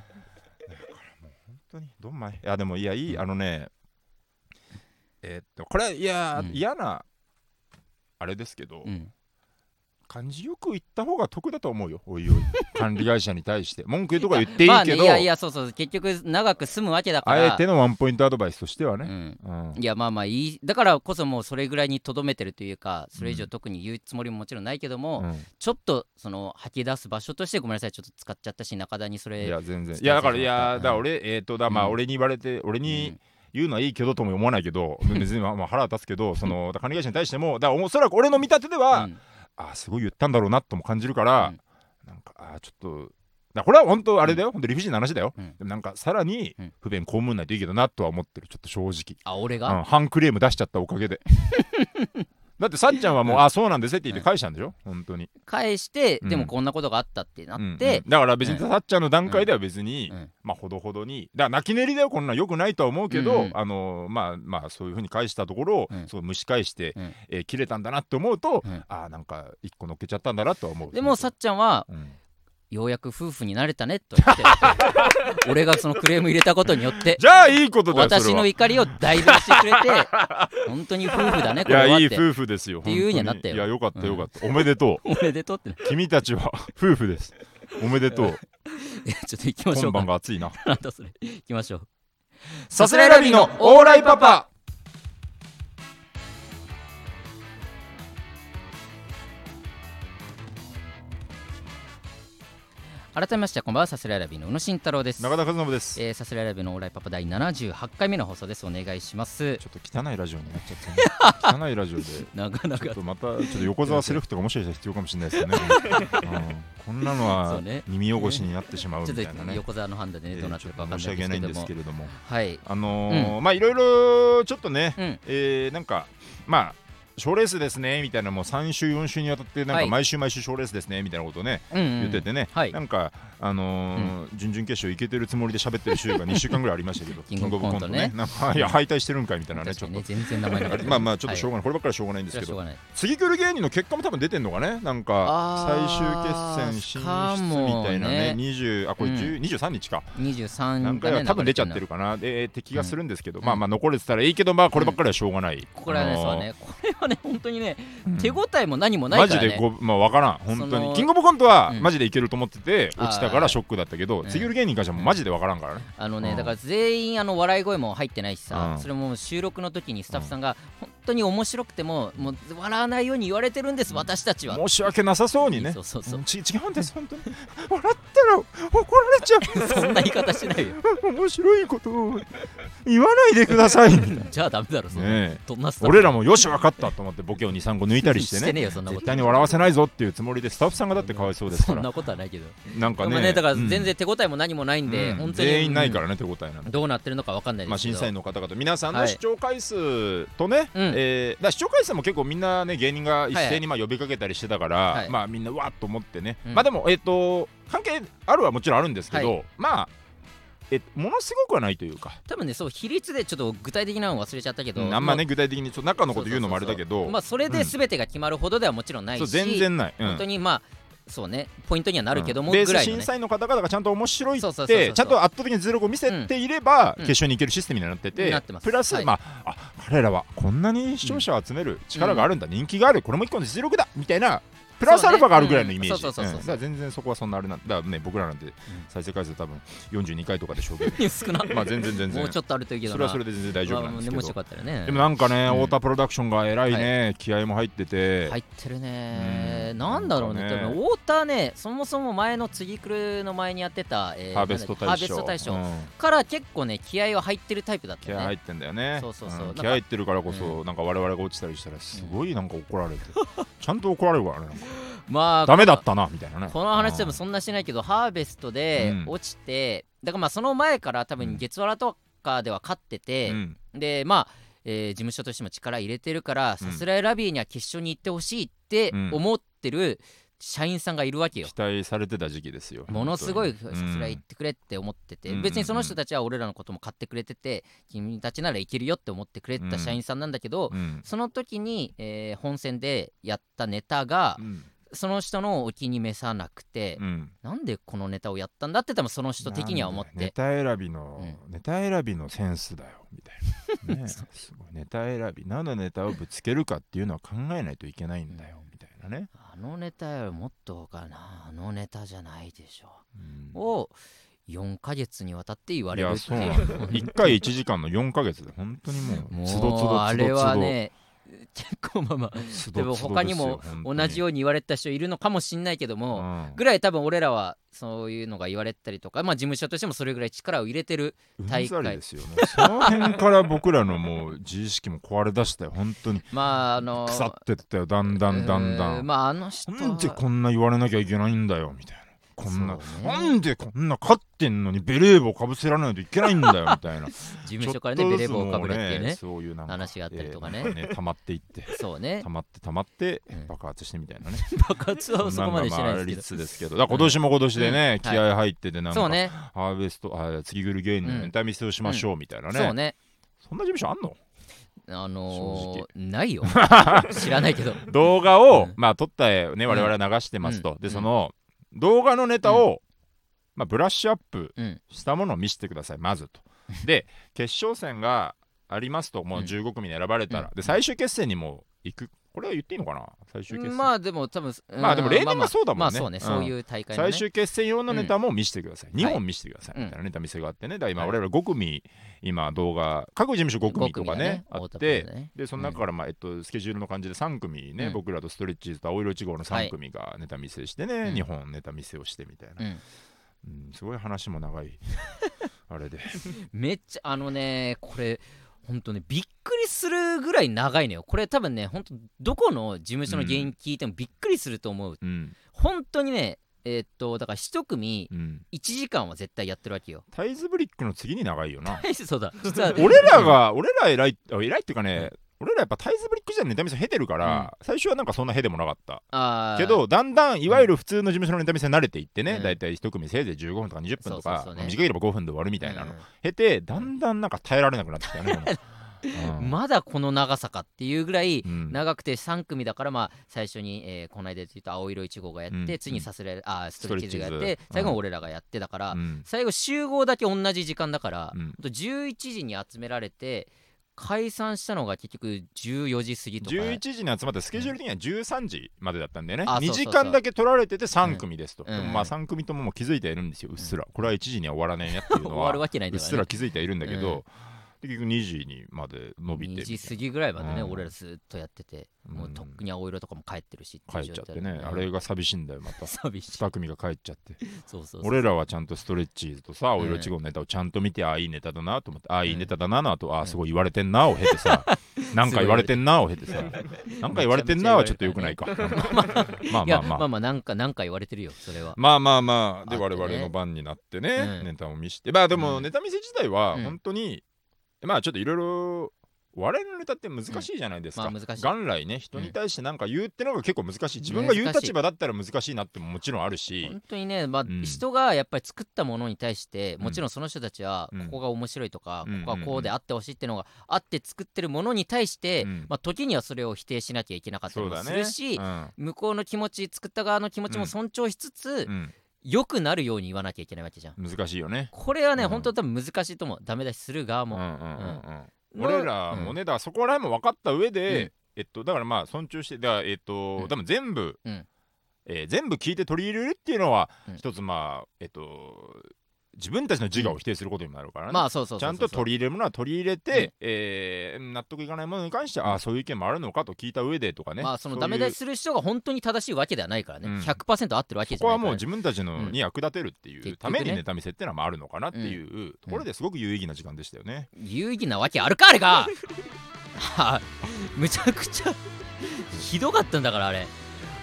[SPEAKER 2] 当にどんまいいやでもいやいいあのねえーっとこれいや、
[SPEAKER 1] うん
[SPEAKER 2] 嫌なあれですけど、
[SPEAKER 1] うん
[SPEAKER 2] 感じよく言った方が得だと思うよおいおい管理会社に対して文句言うとか言 っていい
[SPEAKER 1] まあ
[SPEAKER 2] け
[SPEAKER 1] ねい
[SPEAKER 2] ど、
[SPEAKER 1] やいやそうそう結局長く住むわけだか
[SPEAKER 2] あ
[SPEAKER 1] ら
[SPEAKER 2] えてのワンポイントアドバイスとしては
[SPEAKER 1] う
[SPEAKER 2] ね。
[SPEAKER 1] ん
[SPEAKER 2] うん
[SPEAKER 1] いやまあまあいいだからこそもうそれぐらいにとどめてるというかそれ以上特に言うつもりももちろんないけども、
[SPEAKER 2] うん
[SPEAKER 1] ちょっとその吐き出す場所としてごめんなさいちょっと使っちゃったし中田にそ
[SPEAKER 2] い
[SPEAKER 1] れ
[SPEAKER 2] や全
[SPEAKER 1] 伝
[SPEAKER 2] 然
[SPEAKER 1] え
[SPEAKER 2] いやだから
[SPEAKER 1] て
[SPEAKER 2] い
[SPEAKER 1] しまった
[SPEAKER 2] やだから俺えっ、とだまあ
[SPEAKER 1] うん
[SPEAKER 2] 俺に言われて俺
[SPEAKER 1] う
[SPEAKER 2] に
[SPEAKER 1] ん
[SPEAKER 2] 言うのはいいけどとも思わないけ ど別にまあまあ腹は立つけどそのだから管理会社に対してもだからおそらく俺の見立てでは、
[SPEAKER 1] うん
[SPEAKER 2] あーすごい言ったんだろうなとも感じるから、
[SPEAKER 1] うん
[SPEAKER 2] なんかあーちょっとだからこれは本当あれだよ、本当理不尽な話だよ、
[SPEAKER 1] うん
[SPEAKER 2] でもなんかさらに
[SPEAKER 1] うん
[SPEAKER 2] 不便被んないといいけどなとは思ってるちょっと正直
[SPEAKER 1] あ俺が、
[SPEAKER 2] うん、半クレーム出しちゃったおかげで だってさっちゃんはもう「あそうなんですね」って言って返したんでしょ本当に
[SPEAKER 1] 返して、
[SPEAKER 2] うん
[SPEAKER 1] でもこんなことがあったってな
[SPEAKER 2] うんうん
[SPEAKER 1] って、
[SPEAKER 2] だから別に
[SPEAKER 1] う
[SPEAKER 2] さっちゃんの段階では別に、
[SPEAKER 1] うん
[SPEAKER 2] まあほどほどにだから泣き寝入りだよこんなんよくないとは思うけど、
[SPEAKER 1] うんうん
[SPEAKER 2] あのーまあまあそういうふうに返したところを、
[SPEAKER 1] うん
[SPEAKER 2] そう蒸し返して、
[SPEAKER 1] うん
[SPEAKER 2] えー切れたんだなって思うと、
[SPEAKER 1] うん
[SPEAKER 2] あーなんか一個乗っけちゃったんだなとは思う
[SPEAKER 1] でもさっちゃんは
[SPEAKER 2] うん
[SPEAKER 1] ようやく夫婦になれたねと 言って俺がそのクレーム入れたことによって
[SPEAKER 2] じゃあいいことだよそ
[SPEAKER 1] 私
[SPEAKER 2] れは
[SPEAKER 1] の
[SPEAKER 2] い
[SPEAKER 1] 怒りを代弁してくれて本当に夫婦だねこれは
[SPEAKER 2] や
[SPEAKER 1] っ
[SPEAKER 2] いい
[SPEAKER 1] て
[SPEAKER 2] 夫婦ですよ
[SPEAKER 1] っていう風には
[SPEAKER 2] 本当
[SPEAKER 1] なったよ
[SPEAKER 2] いやよかったよかった、おめでとう
[SPEAKER 1] おめでとうってな
[SPEAKER 2] 君たちは 夫婦ですおめでとう
[SPEAKER 1] えちょっと行きましょ
[SPEAKER 2] 今
[SPEAKER 1] うか
[SPEAKER 2] 晩が熱いな
[SPEAKER 1] なんだそれ行きましょう
[SPEAKER 2] さすらいラビーのオーライパパ
[SPEAKER 1] 改めましてこんばんはさすらいラビーの宇野慎太郎です
[SPEAKER 2] 中田和信です、
[SPEAKER 1] えー、さすらいラビーのオーライパパ第78回目の放送ですお願いします
[SPEAKER 2] ちょっと汚いラジオになっちゃった ね汚いラジオで
[SPEAKER 1] なかな
[SPEAKER 2] ちょ
[SPEAKER 1] か
[SPEAKER 2] っとまたちょっと横澤セルフとかもしかしたら必要かもしれないですよ ね、うん、こんなの
[SPEAKER 1] そ
[SPEAKER 2] は
[SPEAKER 1] うね
[SPEAKER 2] 耳汚しになってしまうみ
[SPEAKER 1] ちょ
[SPEAKER 2] た
[SPEAKER 1] っ
[SPEAKER 2] い
[SPEAKER 1] と
[SPEAKER 2] なね
[SPEAKER 1] 横澤の判断で
[SPEAKER 2] え
[SPEAKER 1] ねどうな
[SPEAKER 2] ー
[SPEAKER 1] って
[SPEAKER 2] ちょ
[SPEAKER 1] る
[SPEAKER 2] っ
[SPEAKER 1] か
[SPEAKER 2] と
[SPEAKER 1] 分か
[SPEAKER 2] 申
[SPEAKER 1] ん
[SPEAKER 2] し
[SPEAKER 1] ないですけ
[SPEAKER 2] 訳ないん
[SPEAKER 1] ど
[SPEAKER 2] です
[SPEAKER 1] も
[SPEAKER 2] けれども
[SPEAKER 1] はい
[SPEAKER 2] あのーまあいろいろちょっとね、
[SPEAKER 1] うん
[SPEAKER 2] えーなんかまあ賞レースですねみたいなもう3週4週にわたってなん
[SPEAKER 1] は
[SPEAKER 2] か
[SPEAKER 1] い
[SPEAKER 2] 毎週毎週賞レースですねみたいなことをね、
[SPEAKER 1] うんうん
[SPEAKER 2] 言っててね、
[SPEAKER 1] はい
[SPEAKER 2] なんかあのー準々決勝いけてるつもりで喋ってる週が2週間ぐらいありましたけど
[SPEAKER 1] キングオブコントね
[SPEAKER 2] なんかいや敗退してるんかいみたいなね
[SPEAKER 1] 確
[SPEAKER 2] ち
[SPEAKER 1] か
[SPEAKER 2] ょっ
[SPEAKER 1] に
[SPEAKER 2] と
[SPEAKER 1] ね全然名前なかった
[SPEAKER 2] まあまあちょっとしょう
[SPEAKER 1] は
[SPEAKER 2] がない、こればっかりはしょうがないん
[SPEAKER 1] い
[SPEAKER 2] で
[SPEAKER 1] そ
[SPEAKER 2] す
[SPEAKER 1] れ
[SPEAKER 2] け
[SPEAKER 1] はしょう
[SPEAKER 2] ど
[SPEAKER 1] がない
[SPEAKER 2] 次くる芸人の結果も多分出てんのかねなんか
[SPEAKER 1] あー
[SPEAKER 2] 最終決戦進
[SPEAKER 1] か
[SPEAKER 2] 出
[SPEAKER 1] も
[SPEAKER 2] みたいな
[SPEAKER 1] ね
[SPEAKER 2] ね20あこれ、
[SPEAKER 1] うん
[SPEAKER 2] 10 23日かな
[SPEAKER 1] 23
[SPEAKER 2] ん
[SPEAKER 1] が
[SPEAKER 2] か
[SPEAKER 1] ね
[SPEAKER 2] 多分
[SPEAKER 1] 流れて
[SPEAKER 2] 出ちゃっ
[SPEAKER 1] んだ
[SPEAKER 2] てるかなでって気がするんですけど、
[SPEAKER 1] うん
[SPEAKER 2] まあまあ残れてたらいいけどまあこればっかりはしょうがない、
[SPEAKER 1] これはね、
[SPEAKER 2] あのー
[SPEAKER 1] そうね、これはね、本当にね、
[SPEAKER 2] うん
[SPEAKER 1] 手応えも何もない
[SPEAKER 2] マ
[SPEAKER 1] か
[SPEAKER 2] ジ
[SPEAKER 1] らね。
[SPEAKER 2] でごまあわからん本当
[SPEAKER 1] その
[SPEAKER 2] にキングオブコントは
[SPEAKER 1] うん
[SPEAKER 2] マジでいけると思ってて落ちたからショックだったけど
[SPEAKER 1] うん
[SPEAKER 2] 次くる芸人に関してはもうマジでわからんからね
[SPEAKER 1] あのね、
[SPEAKER 2] うん
[SPEAKER 1] だから全員あの笑い声も入ってないしさ、
[SPEAKER 2] うん
[SPEAKER 1] それも収録の時にスタッフさんが本当に面白くても、もう笑わないように言われてるんです、私たちは。
[SPEAKER 2] 申し訳なさそうにね
[SPEAKER 1] そうそうそう
[SPEAKER 2] うんち違うんです本当に笑ったら怒られちゃう
[SPEAKER 1] そんな言い方しないよ。
[SPEAKER 2] 面白いことを言わないでくださいね
[SPEAKER 1] じゃあダメだろ、そんな。
[SPEAKER 2] え
[SPEAKER 1] どんなスタッフ
[SPEAKER 2] 俺らもよし分かったと思ってボケを23個抜いたりして
[SPEAKER 1] して
[SPEAKER 2] ね
[SPEAKER 1] ねえよ、そんなこと。
[SPEAKER 2] 絶対に笑わせないぞっていうつもりでスタッフさんがだってかわいそうですか
[SPEAKER 1] そん
[SPEAKER 2] ら
[SPEAKER 1] なことはないけど。
[SPEAKER 2] なん
[SPEAKER 1] ま
[SPEAKER 2] か
[SPEAKER 1] あ
[SPEAKER 2] ね
[SPEAKER 1] ね、だから
[SPEAKER 2] うん
[SPEAKER 1] 全然手応えも何もないんで、
[SPEAKER 2] うん
[SPEAKER 1] 本当に。。
[SPEAKER 2] 全員ないかららね手応えなの
[SPEAKER 1] どうなってるのかわかんない
[SPEAKER 2] ま
[SPEAKER 1] で
[SPEAKER 2] あ
[SPEAKER 1] すけ
[SPEAKER 2] 審
[SPEAKER 1] ど。
[SPEAKER 2] 査員の方々皆さん
[SPEAKER 1] は
[SPEAKER 2] の
[SPEAKER 1] い
[SPEAKER 2] 視聴回数とね、
[SPEAKER 1] うん
[SPEAKER 2] えーだから視聴回数も結構みんなね芸人が一斉にまあ呼びかけたりしてたから、
[SPEAKER 1] はい
[SPEAKER 2] まあみんなわーっと思ってね、
[SPEAKER 1] うん
[SPEAKER 2] まあでもえっ、と関係あるはもちろんあるんですけど、
[SPEAKER 1] は
[SPEAKER 2] まあえものすごくはないというか、
[SPEAKER 1] 多分ね、そう、比率でちょっと具体的なの忘れちゃったけど、
[SPEAKER 2] うんあんまね具体的にちょっと中のこと言うのもあれだけ
[SPEAKER 1] そうそうそう
[SPEAKER 2] ど
[SPEAKER 1] まあそれで全てが決まるほどではもちろんないし、
[SPEAKER 2] そう全然ない、うん
[SPEAKER 1] 本当にまあそうねポイントにはなるけども
[SPEAKER 2] うんベー
[SPEAKER 1] ぐ
[SPEAKER 2] ス
[SPEAKER 1] らいの
[SPEAKER 2] 審
[SPEAKER 1] ね
[SPEAKER 2] 査員の方々がちゃんと面白い
[SPEAKER 1] そう
[SPEAKER 2] っ
[SPEAKER 1] そうそうそうそ
[SPEAKER 2] て
[SPEAKER 1] う
[SPEAKER 2] ちゃんと圧倒的に実力を見せていれば、
[SPEAKER 1] うん
[SPEAKER 2] 決勝に行けるシステムになってて、
[SPEAKER 1] なってます
[SPEAKER 2] プラス、
[SPEAKER 1] はい
[SPEAKER 2] まああ彼らはこんなに視聴者を集める力があるんだ、人気があるこれも一個の実力だみたいなプラスアルファがあるぐらいのイメージ
[SPEAKER 1] そうねうんそうそうそうそう
[SPEAKER 2] うんだから全然そこはそんなあれなんだからね僕らなんて再生回数多分42回とかでしょうけど
[SPEAKER 1] 少 な
[SPEAKER 2] まあ全然全然
[SPEAKER 1] もうちょっとあるといいけどな
[SPEAKER 2] それはそれで全然大丈夫なんですけ
[SPEAKER 1] まあもしよ
[SPEAKER 2] ど、
[SPEAKER 1] かったらね
[SPEAKER 2] でもなんかね、
[SPEAKER 1] うん
[SPEAKER 2] 太田プロダクションが偉いね、気合も入ってて、
[SPEAKER 1] 入ってるね、
[SPEAKER 2] うん
[SPEAKER 1] なんだろうね多
[SPEAKER 2] なんかね
[SPEAKER 1] 分太田ねそもそも前の次くるの前にやってた、えー
[SPEAKER 2] ハーベスト
[SPEAKER 1] なんだっ
[SPEAKER 2] 大
[SPEAKER 1] け
[SPEAKER 2] 賞
[SPEAKER 1] ハーベスト
[SPEAKER 2] う
[SPEAKER 1] 大賞
[SPEAKER 2] ん
[SPEAKER 1] から結構ね気合は入ってるタイプだっ
[SPEAKER 2] 気
[SPEAKER 1] た
[SPEAKER 2] 合入
[SPEAKER 1] ね
[SPEAKER 2] ってんだよね
[SPEAKER 1] そうそうそうん
[SPEAKER 2] 気合入ってるからこそ、なんか我々が落ちたりしたらすごいなんか怒られて、 ちゃんと怒られるからねなんか
[SPEAKER 1] まあ
[SPEAKER 2] ダメだったなみたいなね
[SPEAKER 1] この話でもそんなしないけど、ハーベストで
[SPEAKER 2] うん
[SPEAKER 1] 落ちて、だからまあその前から多分月原とかでは勝って
[SPEAKER 2] う
[SPEAKER 1] て、
[SPEAKER 2] ん
[SPEAKER 1] でまあ、えー事務所としても力入れてるから
[SPEAKER 2] う
[SPEAKER 1] さ
[SPEAKER 2] ん
[SPEAKER 1] すらいラビーには決勝に行ってほしいって
[SPEAKER 2] うん
[SPEAKER 1] 思ってる社員さんがいるわけよ
[SPEAKER 2] 期。待されてた時期ですよ
[SPEAKER 1] ものすごい
[SPEAKER 2] 本
[SPEAKER 1] さ
[SPEAKER 2] 当に
[SPEAKER 1] すらい行ってくれって思ってて、
[SPEAKER 2] うん
[SPEAKER 1] 別にその人たちは俺らのことも買ってくれてて、君たちならいけるよって思ってくれてた社員さんなんだけど、
[SPEAKER 2] うんうん
[SPEAKER 1] その時に、えー本戦でやったネタが、
[SPEAKER 2] うん
[SPEAKER 1] その人のお気に召さなくて、
[SPEAKER 2] うん
[SPEAKER 1] なんでこのネタをやったんだって多分その人的には思っ
[SPEAKER 2] なんだよネ
[SPEAKER 1] て
[SPEAKER 2] タ選びの、
[SPEAKER 1] う
[SPEAKER 2] ネタ選びのセンスだよみ たいな、ね、すごいネタ選び何のネタをぶつけるかっていうのは考えないといけないんだよみたいなね、
[SPEAKER 1] あのネタよりもっとかなあのネタじゃないでしょ
[SPEAKER 2] うん
[SPEAKER 1] を4ヶ月にわたって言わ
[SPEAKER 2] い
[SPEAKER 1] れる
[SPEAKER 2] や
[SPEAKER 1] って
[SPEAKER 2] そ
[SPEAKER 1] いうう
[SPEAKER 2] なん だよ1回1時間の4か月で本当にもう
[SPEAKER 1] もう
[SPEAKER 2] つどつどつどつど
[SPEAKER 1] あれはね結構まあまあ
[SPEAKER 2] つ
[SPEAKER 1] で
[SPEAKER 2] ど
[SPEAKER 1] も
[SPEAKER 2] つど
[SPEAKER 1] 他に
[SPEAKER 2] すよ
[SPEAKER 1] も
[SPEAKER 2] 本当
[SPEAKER 1] 同じように言われた人いるのかもしんないけど
[SPEAKER 2] う
[SPEAKER 1] も、
[SPEAKER 2] ん
[SPEAKER 1] ぐらい多分俺らはそういうのが言われたりとかまあ事務所としてもそれぐらい力を入れてる大会
[SPEAKER 2] うんざりですよねその辺から僕らのもう自意識も壊れ出したよ本当に
[SPEAKER 1] まあ あの
[SPEAKER 2] 腐ってったよだんだんだんだ
[SPEAKER 1] うん
[SPEAKER 2] ん
[SPEAKER 1] まああの人
[SPEAKER 2] なんで
[SPEAKER 1] は
[SPEAKER 2] こんな言われなきゃいけないんだよみたいこんな、
[SPEAKER 1] そうね
[SPEAKER 2] なんでこんな勝ってんのにベレー帽かぶせられないといけないんだよみ たいな
[SPEAKER 1] 事務所からねベレー帽をかぶれっていう
[SPEAKER 2] ちょっとず
[SPEAKER 1] ね
[SPEAKER 2] つもそういうなんか
[SPEAKER 1] 話があったりとかね
[SPEAKER 2] えーなん溜まっていって
[SPEAKER 1] そう ね
[SPEAKER 2] 溜まって溜まって
[SPEAKER 1] うん
[SPEAKER 2] 爆発してみたいなね
[SPEAKER 1] 爆発はそこまでしてないですけど
[SPEAKER 2] んかまあありつつですけどだから今年も今年でね、
[SPEAKER 1] うん
[SPEAKER 2] 気合入っててなんか、
[SPEAKER 1] そうね
[SPEAKER 2] ハーベストあ次ぐる芸人のエンタメ見せをしましょうみたいなね、
[SPEAKER 1] そうね
[SPEAKER 2] そんな事務所あんの
[SPEAKER 1] あのーない よ知らないけど
[SPEAKER 2] 動画を、
[SPEAKER 1] うん
[SPEAKER 2] まあ撮った絵をね我々は流してますと、
[SPEAKER 1] うん
[SPEAKER 2] で
[SPEAKER 1] うん
[SPEAKER 2] その動画のネタを、まあ、ブラッシュアップ
[SPEAKER 1] うん
[SPEAKER 2] したものを見せてくださいまずと で決勝戦がありますともう
[SPEAKER 1] うん
[SPEAKER 2] 15組に選ばれたら、
[SPEAKER 1] うん
[SPEAKER 2] で最終決戦にもう行くこれは言っていいのかな最終決戦、
[SPEAKER 1] まあでも多分
[SPEAKER 2] まあでも例年は
[SPEAKER 1] まあまあ
[SPEAKER 2] そうだもんね
[SPEAKER 1] まあそうね
[SPEAKER 2] うん
[SPEAKER 1] そういう大会のね
[SPEAKER 2] 最終決戦用のネタも見せてください、
[SPEAKER 1] ん
[SPEAKER 2] 2本見せてください、
[SPEAKER 1] はい
[SPEAKER 2] みたいなネタ見せがあってねだから今
[SPEAKER 1] はい
[SPEAKER 2] 我々5組今動画各事務所5組とかねあ
[SPEAKER 1] 五
[SPEAKER 2] っ
[SPEAKER 1] 組が
[SPEAKER 2] て
[SPEAKER 1] 太田プロでね
[SPEAKER 2] でその中からまあ、えっと、スケジュールの感じで3組ね、
[SPEAKER 1] うん
[SPEAKER 2] 僕らとストレッチーズと青色1号の
[SPEAKER 1] は
[SPEAKER 2] 3
[SPEAKER 1] い
[SPEAKER 2] 組がネタ見せしてね、
[SPEAKER 1] うん
[SPEAKER 2] 2本ネタ見せをしてみたいな、
[SPEAKER 1] うん
[SPEAKER 2] うんすごい話も長い あれで
[SPEAKER 1] めっちゃあのねこれほんとねびっくりするぐらい長いのよこれ多分ねほんとどこの事務所の原因聞いてもびっくりすると思う、
[SPEAKER 2] うん
[SPEAKER 1] 本当にねえーっとだから一組
[SPEAKER 2] うん
[SPEAKER 1] 1時間は絶対やってるわけよ
[SPEAKER 2] タイズブリックの次に長いよな
[SPEAKER 1] そうだ実は
[SPEAKER 2] 俺らが俺ら偉いあ偉いっていうかね、俺らやっぱタイズブリック時代のネタ見せ経てるから、最初はなんかそんなへでもなかった
[SPEAKER 1] あー
[SPEAKER 2] けどだんだんいわゆる普通の事務所のネタ見せに慣れていってね、
[SPEAKER 1] うん
[SPEAKER 2] だいたい1組せいぜい15分とか20分
[SPEAKER 1] そう
[SPEAKER 2] とか
[SPEAKER 1] そうそうね
[SPEAKER 2] まあ短ければ5分で終わるみたいなの、
[SPEAKER 1] う
[SPEAKER 2] 経てだんだんなんか耐えられなくなってきたね、も ううん
[SPEAKER 1] んまだこの長さかっていうぐらい
[SPEAKER 2] うん
[SPEAKER 1] 長くて3組だからまあ最初に、えーこの間で言った青色1号がやって、
[SPEAKER 2] うん
[SPEAKER 1] 次にさすれあース
[SPEAKER 2] ト
[SPEAKER 1] ト
[SPEAKER 2] レ
[SPEAKER 1] レ
[SPEAKER 2] ッ
[SPEAKER 1] ッチ
[SPEAKER 2] チー
[SPEAKER 1] ー
[SPEAKER 2] ズ
[SPEAKER 1] ズがやって最後は俺らがやってだから、
[SPEAKER 2] うん
[SPEAKER 1] 最後集合だけ同じ時間だから、
[SPEAKER 2] うん
[SPEAKER 1] ほんと11時に集められて解散したのが結局14時過ぎとか
[SPEAKER 2] 11時に集まってスケジュール的には13時までだったんでね、
[SPEAKER 1] あそう
[SPEAKER 2] 2
[SPEAKER 1] そうそう
[SPEAKER 2] 時間だけ取られてて3組ですと、
[SPEAKER 1] うん
[SPEAKER 2] でもまあ3組とももう気づいてはいるんですようっすらこれは1時には終わらないなってい う
[SPEAKER 1] 終
[SPEAKER 2] の
[SPEAKER 1] わ
[SPEAKER 2] は
[SPEAKER 1] るわけないん
[SPEAKER 2] うっ
[SPEAKER 1] だか
[SPEAKER 2] す
[SPEAKER 1] ら、
[SPEAKER 2] ら
[SPEAKER 1] ね、
[SPEAKER 2] 気づいてはいるんだけど、結局2時にまで伸びて
[SPEAKER 1] 2
[SPEAKER 2] みたい
[SPEAKER 1] 時
[SPEAKER 2] な
[SPEAKER 1] 過ぎぐらいまでね、
[SPEAKER 2] うん
[SPEAKER 1] 俺らずっとやってて、もうとっくに青色とかも帰ってるしっていう
[SPEAKER 2] 帰っちゃってね、
[SPEAKER 1] 状態だ
[SPEAKER 2] あれが寂しいんだよま た
[SPEAKER 1] 寂しい
[SPEAKER 2] 2組が帰っちゃって
[SPEAKER 1] そうそうそう
[SPEAKER 2] 俺らはちゃんとストレッチーズとさ、
[SPEAKER 1] ん
[SPEAKER 2] お色違うネタをちゃんと見て、ああ、いいネタだなと思って、ああ、いい
[SPEAKER 1] うん
[SPEAKER 2] ネタだななと、あ
[SPEAKER 1] う
[SPEAKER 2] あ、
[SPEAKER 1] ん
[SPEAKER 2] すごい言われてんなを経 てさ、なんか言われてんなを経てさ、なんか言われてんなはちょっとよくない か。まあ
[SPEAKER 1] い
[SPEAKER 2] ま
[SPEAKER 1] や
[SPEAKER 2] あ
[SPEAKER 1] まあ
[SPEAKER 2] ま
[SPEAKER 1] ま
[SPEAKER 2] あ。
[SPEAKER 1] あなんかなんか言われてるよそれは
[SPEAKER 2] まあまあまあ、で、
[SPEAKER 1] あってね
[SPEAKER 2] 我々の番になってね
[SPEAKER 1] う、ん
[SPEAKER 2] ネタを見して、まあでも、
[SPEAKER 1] うん
[SPEAKER 2] ネタ見せ自体は、
[SPEAKER 1] うん
[SPEAKER 2] 本当に、まあちょっといろいろ、我々のネタって難しいじゃないですか。
[SPEAKER 1] うんまあ難しい
[SPEAKER 2] 元来ね、人に対してなんか言うってのが結構難しい。自分が言う立場だったら難しいなってももちろんあるし、
[SPEAKER 1] 本当にね、まあ
[SPEAKER 2] うん
[SPEAKER 1] 人がやっぱり作ったものに対して、
[SPEAKER 2] うん
[SPEAKER 1] もちろんその人たちは
[SPEAKER 2] うん
[SPEAKER 1] ここが面白いとか、
[SPEAKER 2] うん
[SPEAKER 1] ここはこうであってほしいっていうのがあって作ってるものに対して、
[SPEAKER 2] うん
[SPEAKER 1] まあ、時にはそれを否定しなきゃいけなかった
[SPEAKER 2] そ
[SPEAKER 1] り
[SPEAKER 2] う
[SPEAKER 1] も
[SPEAKER 2] だ
[SPEAKER 1] す
[SPEAKER 2] ね。
[SPEAKER 1] るし、
[SPEAKER 2] うん
[SPEAKER 1] 向こうの気持ち作った側の気持ち
[SPEAKER 2] うん
[SPEAKER 1] も尊重しつつ
[SPEAKER 2] うん
[SPEAKER 1] 良、くなるように言わなきゃいけないわけじゃん。
[SPEAKER 2] 難しいよね。
[SPEAKER 1] これはね、
[SPEAKER 2] うん
[SPEAKER 1] 本当多分難しいと思うダメ出しする側
[SPEAKER 2] うんうん
[SPEAKER 1] も。
[SPEAKER 2] うんうん、
[SPEAKER 1] の
[SPEAKER 2] 俺らもね、だからそこら辺も分かった上で、
[SPEAKER 1] うん
[SPEAKER 2] えっと、だからまあ尊重して、だからえっと、
[SPEAKER 1] うん
[SPEAKER 2] 多分全部、
[SPEAKER 1] うん
[SPEAKER 2] えー全部聞いて取り入れるっていうのは、
[SPEAKER 1] うん
[SPEAKER 2] 一つまあ、えっと、自分たちの自我を否定することにもなるからね。
[SPEAKER 1] まあそうそう
[SPEAKER 2] ち
[SPEAKER 1] そう
[SPEAKER 2] ゃ
[SPEAKER 1] そうん
[SPEAKER 2] と取り入れるものは取り入れ
[SPEAKER 1] う
[SPEAKER 2] て
[SPEAKER 1] ん、
[SPEAKER 2] えー納得いかないものに関しては、ああそういう意見もあるのかと聞いた上でとかね、
[SPEAKER 1] まあその
[SPEAKER 2] ういう
[SPEAKER 1] ダメ出しする人が本当に正しいわけではないからね、
[SPEAKER 2] うん
[SPEAKER 1] 100%合ってるわけ
[SPEAKER 2] そ
[SPEAKER 1] じゃ
[SPEAKER 2] こ
[SPEAKER 1] な
[SPEAKER 2] はい
[SPEAKER 1] か
[SPEAKER 2] もう
[SPEAKER 1] ら、ね、
[SPEAKER 2] 自分たち
[SPEAKER 1] う
[SPEAKER 2] の
[SPEAKER 1] ん
[SPEAKER 2] に役立てるっていうため
[SPEAKER 1] 結局
[SPEAKER 2] に
[SPEAKER 1] ね
[SPEAKER 2] ネタ見せってのはまああるのかなっていうところですごく有意義な時間でしたよね。
[SPEAKER 1] 有意義なわけあるかあれが はあむちゃくちゃひどかったんだからあれ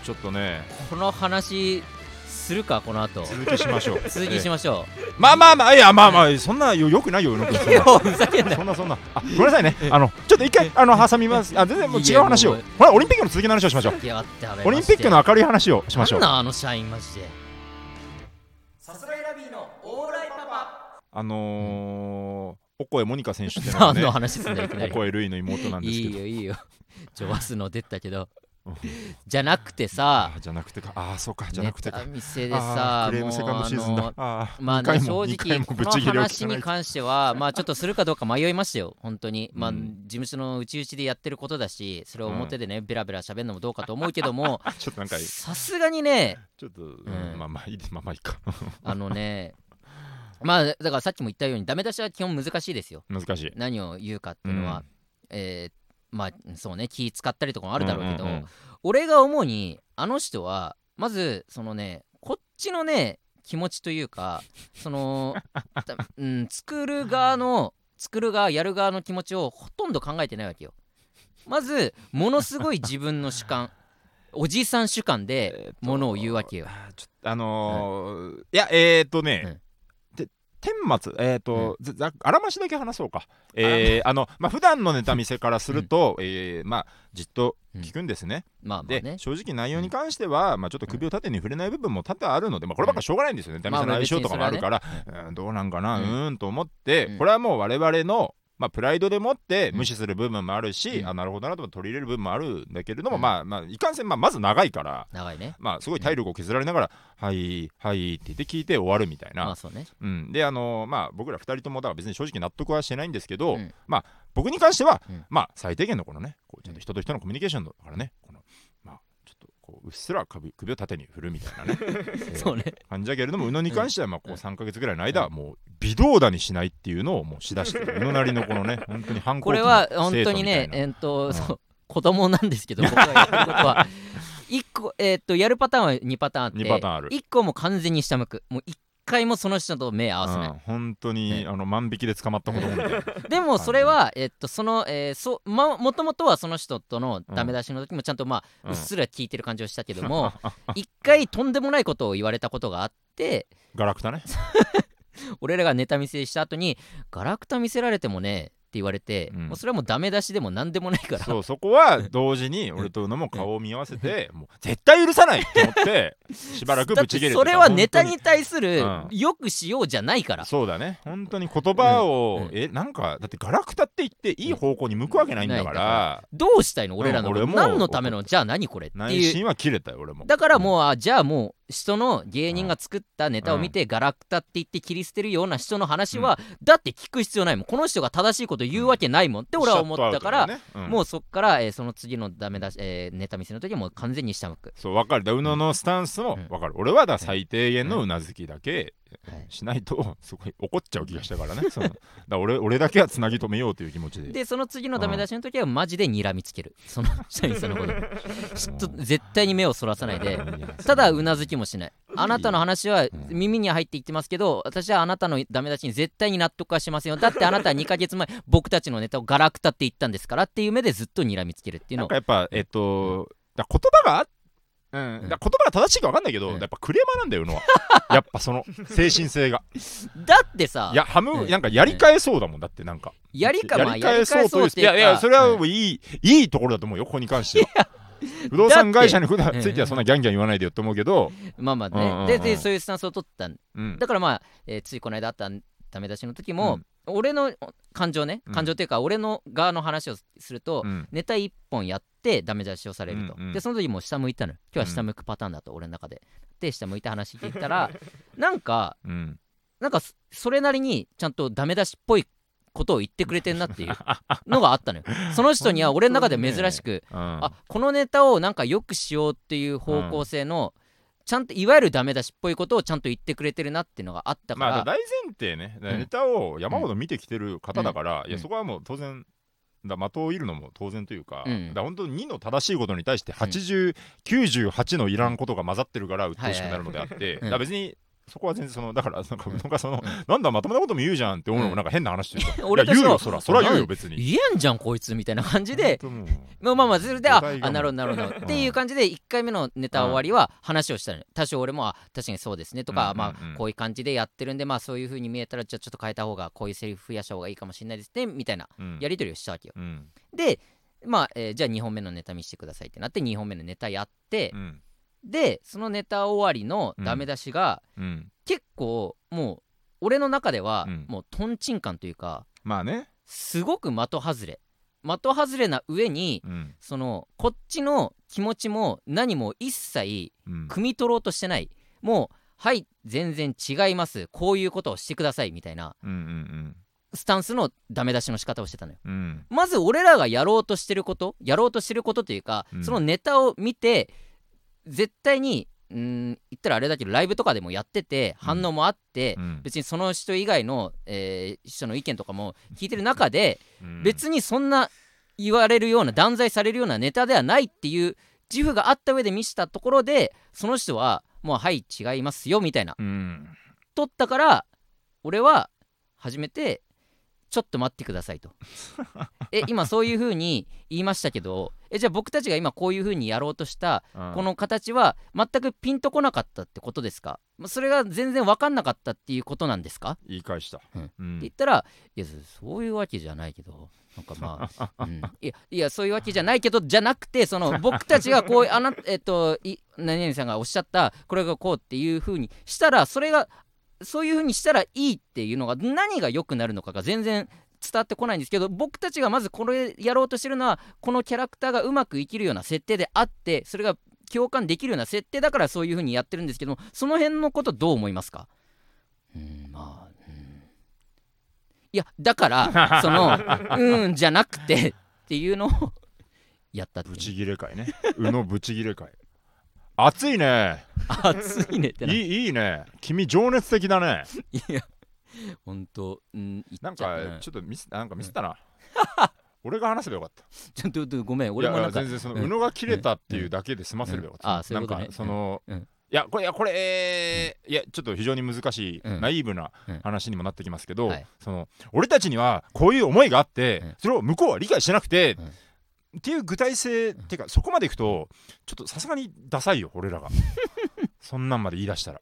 [SPEAKER 2] ちょっとね
[SPEAKER 1] この話するかこの後
[SPEAKER 2] 続きしましょう
[SPEAKER 1] 続きしましょ
[SPEAKER 2] まあまあまあ、いや、まあまあ、そんなよよくないよ、 よくない。
[SPEAKER 1] ういやふざけんな
[SPEAKER 2] そんなそんな、あ、ごめんなさいね、あの、ちょっと一回、あの、挟みます。あ、全然もう
[SPEAKER 1] いい
[SPEAKER 2] 違う
[SPEAKER 1] よ
[SPEAKER 2] 話を
[SPEAKER 1] もう。
[SPEAKER 2] ほら、オリンピックの続きの話をしましょう。
[SPEAKER 1] やがってあれ
[SPEAKER 2] オリンピックの明るい話をしましょ
[SPEAKER 1] なん
[SPEAKER 2] う。
[SPEAKER 1] なんあの社員マジでさすらいラビーのオーライパパ
[SPEAKER 2] あのー、オコエモニカ選手ってのは
[SPEAKER 1] 何
[SPEAKER 2] ね、
[SPEAKER 1] の
[SPEAKER 2] オ
[SPEAKER 1] 話すんだよ いきなり
[SPEAKER 2] コエルイの妹なんで
[SPEAKER 1] い
[SPEAKER 2] すけ
[SPEAKER 1] い
[SPEAKER 2] ど。
[SPEAKER 1] よいいよジョバスの出たけど
[SPEAKER 2] うん
[SPEAKER 1] じゃなくてさ
[SPEAKER 2] あ、じゃなくてか、あー、そうか、じゃ
[SPEAKER 1] ネ
[SPEAKER 2] なくて
[SPEAKER 1] タ
[SPEAKER 2] か。
[SPEAKER 1] 見せで
[SPEAKER 2] あ
[SPEAKER 1] さ
[SPEAKER 2] ークレームセカンドシーズンだ
[SPEAKER 1] も。う
[SPEAKER 2] あー
[SPEAKER 1] まあね、
[SPEAKER 2] 二回
[SPEAKER 1] 正
[SPEAKER 2] も二回
[SPEAKER 1] 直、
[SPEAKER 2] も
[SPEAKER 1] こ
[SPEAKER 2] ぶっ
[SPEAKER 1] の
[SPEAKER 2] ちぎりを聞
[SPEAKER 1] 話
[SPEAKER 2] かない
[SPEAKER 1] に関しては、まあちょっとするかどうか迷いましたよ、本当に。まあ、
[SPEAKER 2] う
[SPEAKER 1] 事
[SPEAKER 2] ん
[SPEAKER 1] 務所の内々でやってることだし、それを表でね、ベラベラ喋るのもどうかと思うけども、
[SPEAKER 2] ちょっと なんか、ち
[SPEAKER 1] さすがにね、
[SPEAKER 2] ょっと、
[SPEAKER 1] ん
[SPEAKER 2] まあまあいいです、まあまあいいか。
[SPEAKER 1] あのね、まあ、だからさっきも言ったように、ダメ出しは基本難しいですよ。
[SPEAKER 2] 難しい。
[SPEAKER 1] 何を言うかっていうの
[SPEAKER 2] う
[SPEAKER 1] は
[SPEAKER 2] ん、
[SPEAKER 1] えーまあ、そうね、気使ったりとかもあるだろうけど
[SPEAKER 2] ん、んん
[SPEAKER 1] 俺が思うにあの人はまずそのねこっちのね気持ちという かその、たうん、作る側の作る側やる側の 気持ちをほとんど考えてないわけよまずものすごい自分の主観おじさん主観で
[SPEAKER 2] えーと
[SPEAKER 1] ものを言うわけよ
[SPEAKER 2] あーちょっとあのーいやえっ、ー、とね、
[SPEAKER 1] うん
[SPEAKER 2] で天末えっ、ー、と、ざざあらましだけ話そうかえー、あのまあ普段のネタ見せからすると、えーまあじっと聞くんですね、
[SPEAKER 1] まあまあ
[SPEAKER 2] で、
[SPEAKER 1] ね
[SPEAKER 2] 正直内容に関しては、まあちょっと首を縦に触れない部分も多々あるので、まあこればっかしょうがないんですよね。ネタ見せの相性とかもあるから、うんどうなんかな、う
[SPEAKER 1] うん
[SPEAKER 2] ーんと思って、
[SPEAKER 1] うん
[SPEAKER 2] これはもう我々のまあプライドでもって
[SPEAKER 1] うん
[SPEAKER 2] 無視する部分もあるし、
[SPEAKER 1] うん
[SPEAKER 2] あなるほどなとも取り入れる部分もあるんだけれども、
[SPEAKER 1] うん
[SPEAKER 2] まあまあいかんせんまあまず長いから。
[SPEAKER 1] 長いね
[SPEAKER 2] まあすごい体力を削られながら「はいはい」って言って聞いて終わるみたいな、
[SPEAKER 1] まあそうね
[SPEAKER 2] うん、であのまあ僕ら2人ともだから別に正直納得はしてないんですけど、
[SPEAKER 1] うん
[SPEAKER 2] まあ僕に関しては、
[SPEAKER 1] うん
[SPEAKER 2] まあ最低限のこのねこうちゃんと人と人のコミュニケーションだからねこのまあちょっとこううっすら首首を縦に振るみたい なね
[SPEAKER 1] そうね
[SPEAKER 2] 感じだけれども宇野に関してはまあこう
[SPEAKER 1] うん
[SPEAKER 2] 3か月ぐらいの間、もう微動だにしないっていうのをもうしだしてる宇野なりのこ のね本当に反抗
[SPEAKER 1] これは本当にねえーっ
[SPEAKER 2] う
[SPEAKER 1] と
[SPEAKER 2] ん
[SPEAKER 1] そう子供なんですけど僕がやってること は一個えーっとやるパターンは2パターンあって
[SPEAKER 2] 二パターンある
[SPEAKER 1] 1個も完全に下向くもう1回もその人と目合わせない
[SPEAKER 2] うん、本当に、
[SPEAKER 1] ね
[SPEAKER 2] あの万引きで捕まった子供 みたいな。
[SPEAKER 1] でもそれは、えっと、その、えーそうま、もともとはその人とのダメ出しの時もちゃんと、まあ
[SPEAKER 2] う
[SPEAKER 1] うんっすら聞いてる感じをしたけど も一回とんでもないことを言われたことがあって
[SPEAKER 2] ガラクタね。
[SPEAKER 1] 俺らがネタ見せした後に「ガラクタ見せられてもね」って言われて、
[SPEAKER 2] うん
[SPEAKER 1] もうそれはもうダメ出しでも何でもないから
[SPEAKER 2] そうそこは同時に俺と宇野も顔を見合わせてもう絶対許さないって思 ってしばらく
[SPEAKER 1] だっ
[SPEAKER 2] ぶ
[SPEAKER 1] て
[SPEAKER 2] ち切れてた
[SPEAKER 1] それはネタに対する
[SPEAKER 2] うん
[SPEAKER 1] よくしようじゃないから、
[SPEAKER 2] そうだね本当に言葉を、
[SPEAKER 1] うん
[SPEAKER 2] えなんかだってガラクタって言っていい方向に向くわけないんだから、
[SPEAKER 1] どうしたいの俺らの、
[SPEAKER 2] うん俺も
[SPEAKER 1] 何のためのじゃあ何これって
[SPEAKER 2] 内
[SPEAKER 1] いう
[SPEAKER 2] 心は切れたよ俺も
[SPEAKER 1] だからもうあじゃあもう人の芸人が作ったネタを見てガラクタって言って切り捨てるような人の話は、だって聞く必要ないもんこの人が正しいこと言うわけないもんって俺は思ったから、
[SPEAKER 2] シャットアウトだよねうん
[SPEAKER 1] もうそっから、えーその次のダメ出し、えーネタ見せの時はもう完全に下向く、
[SPEAKER 2] そう分かるだ宇野のスタンスも
[SPEAKER 1] うん
[SPEAKER 2] 分かる、俺はだから最低限のうなずきだけ
[SPEAKER 1] はい
[SPEAKER 2] しないとすごい怒っちゃう気がしたからねそのだから俺俺だけはつなぎ止めようという気持ちで
[SPEAKER 1] でその次のダメ出しの時はマジで睨みつけるその社員さんのこと ちょっと絶対に目をそらさないでただうなずきもしないあなたの話は
[SPEAKER 2] ん
[SPEAKER 1] 耳に入っていってますけど私はあなたのダメ出しに絶対に納得はしませんよだってあなたは2ヶ月前 僕たちのネタをガラクタって言ったんですからっていう目でずっと睨みつけるっていうの
[SPEAKER 2] なん
[SPEAKER 1] を
[SPEAKER 2] かやっぱえっと、だから言葉があうん、だから言葉が正しいか分かんないけど、
[SPEAKER 1] うん
[SPEAKER 2] やっぱクレーマーなんだ よ、のは。やっぱその精神性が。
[SPEAKER 1] だってさ
[SPEAKER 2] いや、ハム、
[SPEAKER 1] うん
[SPEAKER 2] なんかやり返そうだもん、だってなんか。
[SPEAKER 1] やりかまあやり返
[SPEAKER 2] 返
[SPEAKER 1] そうっていう
[SPEAKER 2] や
[SPEAKER 1] か
[SPEAKER 2] いや、それは
[SPEAKER 1] うん
[SPEAKER 2] もういい、いいところだと思うよ、ここに関しては。不動産会社に普段
[SPEAKER 1] だって
[SPEAKER 2] ついてはそんなギャンギャン言わないでよって思うけど、
[SPEAKER 1] まあまあ
[SPEAKER 2] うんうんう
[SPEAKER 1] ね
[SPEAKER 2] ん
[SPEAKER 1] ででそういうスタンスを取ったん
[SPEAKER 2] うん
[SPEAKER 1] だからまあ、えーついこの間あったダメ出しの時も、
[SPEAKER 2] うん
[SPEAKER 1] 俺の感情ね
[SPEAKER 2] うん
[SPEAKER 1] 感情っていうか俺の側の話をすると、
[SPEAKER 2] うん
[SPEAKER 1] ネタ1本やってダメ出しをされると、
[SPEAKER 2] うんうん
[SPEAKER 1] でその時もう下向いたのよ今日は下向くパターンだと俺の中でで下向いて話聞いたら なんか
[SPEAKER 2] うん
[SPEAKER 1] なんかそそれなりにちゃんとダメ出しっぽいことを言ってくれてんな っていうのがあったのよその人には俺の中で珍しく、
[SPEAKER 2] あ
[SPEAKER 1] あこのネタをなんか良くしようっていう方向性の、ちゃんといわゆるダメ出しっぽいことをちゃんと言ってくれてるなっていうのがあったか
[SPEAKER 2] まあ、
[SPEAKER 1] ら、
[SPEAKER 2] だから大前提ね、だから
[SPEAKER 1] うん
[SPEAKER 2] ネタを山ほど見てきてる方だから、
[SPEAKER 1] ん
[SPEAKER 2] いや
[SPEAKER 1] うん
[SPEAKER 2] そこはもう当然、だ的を射るのも当然というか、
[SPEAKER 1] うん
[SPEAKER 2] だから本当に2の正しいことに対して80、98のいらんことが混ざってるから、うっとうしくなるのであって、だから別に。そこは全然そのだからなんか宇野がその、なんだまともなことも言うじゃんって思うのもなんか変な話というか、
[SPEAKER 1] 俺
[SPEAKER 2] いや
[SPEAKER 1] として
[SPEAKER 2] 言う
[SPEAKER 1] は
[SPEAKER 2] よそらそら言うよ別に
[SPEAKER 1] 言えんじゃんこいつみたいな感じで
[SPEAKER 2] 本当も
[SPEAKER 1] まあ
[SPEAKER 2] う
[SPEAKER 1] まあまあそれであ
[SPEAKER 2] お互いが
[SPEAKER 1] あなるほどなるほど
[SPEAKER 2] うん
[SPEAKER 1] っていう感じで1回目のネタ終わりは話をしたのよ多少俺もあ確かにそうですねとか、
[SPEAKER 2] うん
[SPEAKER 1] ま
[SPEAKER 2] うんうん
[SPEAKER 1] あこういう感じでやってるんでまあそういう風に見えたらじゃあちょっと変えた方がこういうセリフ増やした方がいいかもしれないですねみたいな
[SPEAKER 2] うん
[SPEAKER 1] やり取りをしたわけよ
[SPEAKER 2] うん
[SPEAKER 1] でまあ、えーじゃあ2本目のネタ見せてくださいってなって2本目のネタやって
[SPEAKER 2] うん
[SPEAKER 1] でそのネタ終わりのダメ出しが
[SPEAKER 2] うん
[SPEAKER 1] 結構もう俺の中では
[SPEAKER 2] うん
[SPEAKER 1] もうとんちん感というか
[SPEAKER 2] まあね、
[SPEAKER 1] すごく的外れ的外れな上に
[SPEAKER 2] うん
[SPEAKER 1] そのこっちの気持ちも何も一切
[SPEAKER 2] うん
[SPEAKER 1] 汲み取ろうとしてないもうはい全然違いますこういうことをしてくださいみたいな
[SPEAKER 2] うんうん
[SPEAKER 1] スタンスのダメ出しの仕方をしてたのよ
[SPEAKER 2] うんうん
[SPEAKER 1] まず俺らがやろうとしてることやろうとしてることというか、
[SPEAKER 2] うん
[SPEAKER 1] そのネタを見て絶対にうーん言ったらあれだけどライブとかでもやってて反応もあって、
[SPEAKER 2] うん
[SPEAKER 1] 別にその人以外の、えー人の意見とかも聞いてる中で、
[SPEAKER 2] うん
[SPEAKER 1] 別にそんな言われるような断罪されるようなネタではないっていう自負があった上で見せたところでその人はもうはい違いますよみたいな
[SPEAKER 2] うん
[SPEAKER 1] 取ったから俺は初めてちょっと待ってください とえ今そういうふうに言いましたけどえじゃあ僕たちが今こういうふうにやろうとした
[SPEAKER 2] うん
[SPEAKER 1] この形は全くピンとこなかったってことですかまあそれが全然分かんなかったっていうことなんですかって
[SPEAKER 2] 言い返した、
[SPEAKER 1] うん
[SPEAKER 2] うん
[SPEAKER 1] 言ったらいやそそういうわけじゃないけどなんかま あ、うん、いやいやそういうわけじゃないけどじゃなくてその僕たちがこうあなえっとい何々さんがおっしゃったこれがこうっていうふうにしたらそれがそういうふうにしたらいいっていうのが何が良くなるのかが全然伝わってこないんですけど僕たちがまずこれやろうとしてるのはこのキャラクターがうまく生きるような設定であってそれが共感できるような設定だからそういうふうにやってるんですけどもその辺のことどう思いますかうんまあうんいやだからその「うん」じゃなくてっていうのをやったってい
[SPEAKER 2] ブ
[SPEAKER 1] う
[SPEAKER 2] チギレ会ね宇野ブチギレ会熱いね
[SPEAKER 1] 熱いねって
[SPEAKER 2] い
[SPEAKER 1] ない
[SPEAKER 2] いいね君情熱的 だね
[SPEAKER 1] いや本当うん言っ
[SPEAKER 2] なん
[SPEAKER 1] ちゃう
[SPEAKER 2] か
[SPEAKER 1] う
[SPEAKER 2] ちょっとミスなんかミスったな、俺が話せばよかった
[SPEAKER 1] ちょっとちょっとごめん俺もなんか
[SPEAKER 2] いや全然その、
[SPEAKER 1] うん
[SPEAKER 2] 宇野が切れたっていうだけで済ませるよ、
[SPEAKER 1] うんあそういうことね
[SPEAKER 2] なんかその、
[SPEAKER 1] うんうん
[SPEAKER 2] いやこれいやこれ、えーいやちょっと非常に難しい、
[SPEAKER 1] うん
[SPEAKER 2] ナイーブな
[SPEAKER 1] うん
[SPEAKER 2] 話にもなってきますけど、
[SPEAKER 1] はい
[SPEAKER 2] その俺たちにはこういう思いがあって、
[SPEAKER 1] うん
[SPEAKER 2] それを向こうは理解してなくて、
[SPEAKER 1] うん
[SPEAKER 2] っていう具体性、っていうかそこまでいくとちょっとさすがにダサいよ俺らが そんなんまで言い出したら。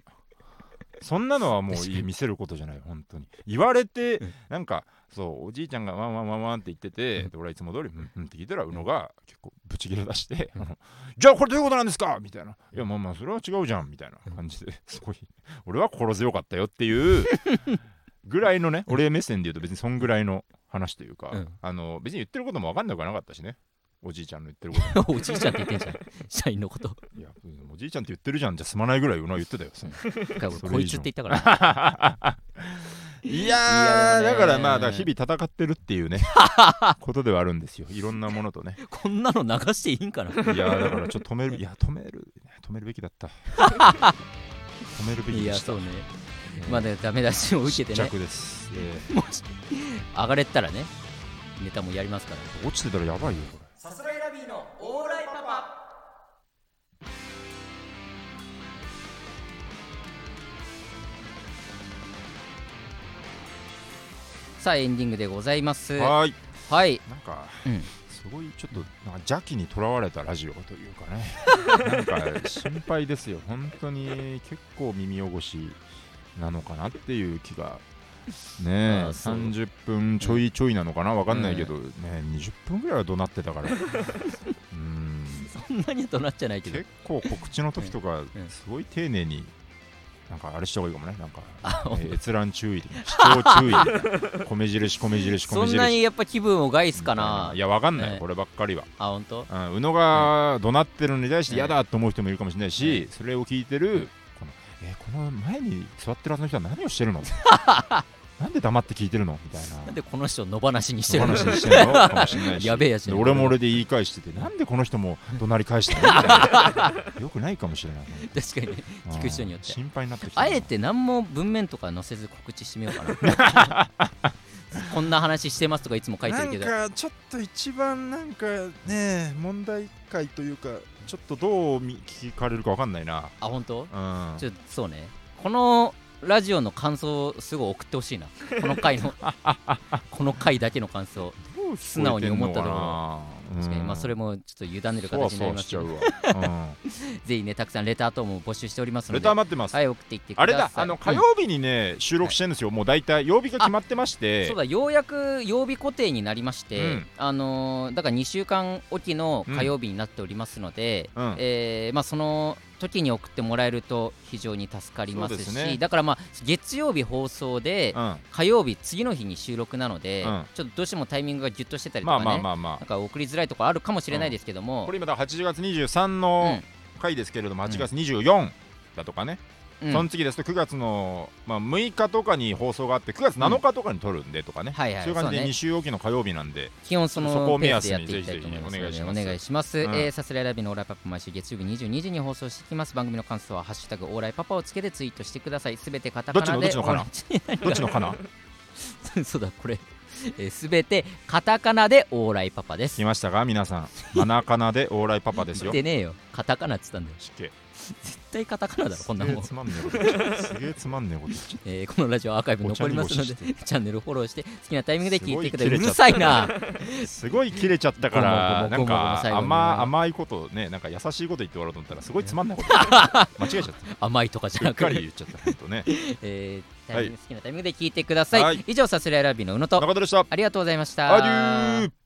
[SPEAKER 2] そんなのはもういい見せることじゃない本当に言われて
[SPEAKER 1] うん
[SPEAKER 2] なんかそうおじいちゃんがワンワンワンワンって言ってて
[SPEAKER 1] うん
[SPEAKER 2] で俺はいつも通りうんうんって聞いたら宇野が結構ブチギレ出して
[SPEAKER 1] う
[SPEAKER 2] あ
[SPEAKER 1] ん
[SPEAKER 2] のじゃあこれどういうことなんですかみたいないやまあまあそれは違うじゃんみたいな感じですごい俺は心強かったよっていうぐらいのね俺目線で言うと別にそんぐらいの話というか
[SPEAKER 1] うん
[SPEAKER 2] あの別に言ってることも分かんなくはなかったしねおじいちゃんの言ってることも
[SPEAKER 1] おじいちゃんって言ってんじゃん社員のこと
[SPEAKER 2] いやおじいちゃんって言ってるじゃんじゃ済まないぐらい宇野は言ってたよその
[SPEAKER 1] だから俺
[SPEAKER 2] それ以上
[SPEAKER 1] こいつって言ったから
[SPEAKER 2] い
[SPEAKER 1] いや
[SPEAKER 2] やー
[SPEAKER 1] でもね
[SPEAKER 2] だからまあだから日々戦ってるっていう ねことではあるんですよいろんなものとね
[SPEAKER 1] こんなの流していいんかない
[SPEAKER 2] やーだからちょっと止めるいや止める止めるべきだった 止めるべき
[SPEAKER 1] い
[SPEAKER 2] で
[SPEAKER 1] や
[SPEAKER 2] した
[SPEAKER 1] そうねまだダメ出しを受けてね
[SPEAKER 2] 着です、え
[SPEAKER 1] もし上がれたらねネタもやりますから
[SPEAKER 2] ー落ちてたらやばいよこれ
[SPEAKER 1] さすらいラビーのオーライパパさあエンディングでございますは
[SPEAKER 2] はーい
[SPEAKER 1] い
[SPEAKER 2] なんか
[SPEAKER 1] うん
[SPEAKER 2] すごいちょっとなんか邪気にとらわれたラジオというか ねなんか心配ですよ本当に結構耳汚しなのかなっていう気がねえ
[SPEAKER 1] ああそう
[SPEAKER 2] 30分ちょいちょいなのかなわかんないけど、ねえ20分ぐらいは怒鳴ってたからうーん
[SPEAKER 1] そんなにとなっちゃないけど
[SPEAKER 2] 結構告知の時とか
[SPEAKER 1] うん
[SPEAKER 2] すごい丁寧になんかあれした方がいいかもねなんか
[SPEAKER 1] あ
[SPEAKER 2] えー閲覧注意的な視聴注意的 な米印米印
[SPEAKER 1] そ
[SPEAKER 2] 米印
[SPEAKER 1] んなにやっぱ気分を害すかない
[SPEAKER 2] やわかんない、
[SPEAKER 1] ええ
[SPEAKER 2] こればっかりは
[SPEAKER 1] あ本当
[SPEAKER 2] うん宇野が怒鳴ってるのに対して
[SPEAKER 1] ええ
[SPEAKER 2] 嫌だと思う人もいるかもしれないし、
[SPEAKER 1] ええ
[SPEAKER 2] それを聞いてるこの,、えーこの前に座ってるはずの人は何をしてる のなんで黙って聞いてるのみたいな
[SPEAKER 1] なんでこの人を野放しにして
[SPEAKER 2] お
[SPEAKER 1] るの
[SPEAKER 2] 話ししてるのかもしれないし
[SPEAKER 1] やべえやつね
[SPEAKER 2] で俺も俺で言い返しててなんでこの人も怒鳴り返したのみたいなよくないかもしれない
[SPEAKER 1] 確かにね
[SPEAKER 2] うん
[SPEAKER 1] 聞く人によって
[SPEAKER 2] 心配になってきた
[SPEAKER 1] あえて何も文面とか載せず告知してみようかな こんな話してますとかいつも書いてるけど
[SPEAKER 2] なんかちょっと一番なんかね問題解というかちょっとどうみ聞かれるかわかんないな
[SPEAKER 1] あ本当
[SPEAKER 2] うん
[SPEAKER 1] ちょそうねこのラジオの感想をすごい送ってほしいなこの 回のこの回だけの感想
[SPEAKER 2] どう
[SPEAKER 1] 素直に思ったところ
[SPEAKER 2] 聞こえてんのかな
[SPEAKER 1] 確かに
[SPEAKER 2] うん
[SPEAKER 1] まあそれもちょっと委ねる
[SPEAKER 2] そわ
[SPEAKER 1] 形にな
[SPEAKER 2] そ
[SPEAKER 1] り
[SPEAKER 2] わ
[SPEAKER 1] ま
[SPEAKER 2] し
[SPEAKER 1] す
[SPEAKER 2] ち
[SPEAKER 1] け
[SPEAKER 2] ゃ
[SPEAKER 1] ど
[SPEAKER 2] うわ、 う
[SPEAKER 1] ぜひねたくさんレター等も募集しております
[SPEAKER 2] ん、
[SPEAKER 1] の
[SPEAKER 2] レ
[SPEAKER 1] で
[SPEAKER 2] ター待ってます、
[SPEAKER 1] はい送っていってください
[SPEAKER 2] あれだあの火曜日にね、収録してるんですよもう大体曜日が決まってまし
[SPEAKER 1] うん
[SPEAKER 2] て
[SPEAKER 1] そうだようやく曜日固定になりまして、
[SPEAKER 2] うん
[SPEAKER 1] あのーだから2週間おきの火曜日になっておりますので、
[SPEAKER 2] うん
[SPEAKER 1] えーまあ、その時に送ってもらえると非常に助かります
[SPEAKER 2] そ
[SPEAKER 1] し
[SPEAKER 2] うですね
[SPEAKER 1] だからまあ月曜日放送で、
[SPEAKER 2] うん
[SPEAKER 1] 火曜日次の日に収録なので、
[SPEAKER 2] うん
[SPEAKER 1] ちょっとどうしてもタイミングがギュッとしてたりと
[SPEAKER 2] ま
[SPEAKER 1] か
[SPEAKER 2] あ
[SPEAKER 1] ね、
[SPEAKER 2] まあまあま
[SPEAKER 1] なんか送りづらいところあるかもしれないですけど
[SPEAKER 2] あ
[SPEAKER 1] も
[SPEAKER 2] こ、れ今だ8月23
[SPEAKER 1] う
[SPEAKER 2] の
[SPEAKER 1] ん
[SPEAKER 2] 回ですけれども8月24だとかね、
[SPEAKER 1] うん
[SPEAKER 2] その次ですと9月の、まあ、6日とかに放送があって9月7日とかに撮るんでとかね、
[SPEAKER 1] はいはい
[SPEAKER 2] そういう感じ
[SPEAKER 1] そう
[SPEAKER 2] で
[SPEAKER 1] ね
[SPEAKER 2] 2週おきの火曜日なん で、
[SPEAKER 1] 基本そ
[SPEAKER 2] そこ
[SPEAKER 1] の
[SPEAKER 2] を目
[SPEAKER 1] ペースでやっ
[SPEAKER 2] 安に
[SPEAKER 1] ていきたいと思いますので
[SPEAKER 2] ぜひぜひ
[SPEAKER 1] お
[SPEAKER 2] お願いします
[SPEAKER 1] 願いします、
[SPEAKER 2] うん
[SPEAKER 1] えーさすらいラビのオーライパパ毎週月曜日22時に放送していきます番組の感想は「ハッシュタグオーライパパ」をつけてツイートしてくださいすべてカタカナで
[SPEAKER 2] どっちのどっちのかな
[SPEAKER 1] オーライ
[SPEAKER 2] どっちのかな
[SPEAKER 1] そうだこれすべてカタカナでオーライパパです
[SPEAKER 2] 来ましたか皆さんマナカナでオーライパパです
[SPEAKER 1] 言
[SPEAKER 2] よ
[SPEAKER 1] ってねえよカタカナっつったんだよ
[SPEAKER 2] 失敬
[SPEAKER 1] 絶対カタカナだろこんなもん
[SPEAKER 2] すげえつまんねえこと言っちゃったすげえつまんねえこと言っちゃった
[SPEAKER 1] えーこのラジオはアーカイブ残りますので
[SPEAKER 2] お茶濁し
[SPEAKER 1] チャンネルフォローして好きなタイミングで聞いてください
[SPEAKER 2] す
[SPEAKER 1] う
[SPEAKER 2] ごい切れちゃ
[SPEAKER 1] る
[SPEAKER 2] った
[SPEAKER 1] さいな
[SPEAKER 2] すごい切れちゃったから、
[SPEAKER 1] ご
[SPEAKER 2] な
[SPEAKER 1] も
[SPEAKER 2] ん
[SPEAKER 1] ごもごもごも
[SPEAKER 2] か
[SPEAKER 1] 最後に
[SPEAKER 2] 甘甘いことね、なんか優しいこと言って終わろうと思ったら、すごいつまんないこと 言ってた間違えちゃっ
[SPEAKER 1] 甘いとかじ
[SPEAKER 2] た。
[SPEAKER 1] ゃ
[SPEAKER 2] うっ
[SPEAKER 1] な
[SPEAKER 2] か
[SPEAKER 1] く
[SPEAKER 2] り
[SPEAKER 1] て、
[SPEAKER 2] 言っちゃった、本当ね。
[SPEAKER 1] えータイミング好きなタイミングで聞いてください、
[SPEAKER 2] はい
[SPEAKER 1] 以上さすらいラビーの宇野と
[SPEAKER 2] 中田でした。
[SPEAKER 1] ありがとうございました
[SPEAKER 2] アデュー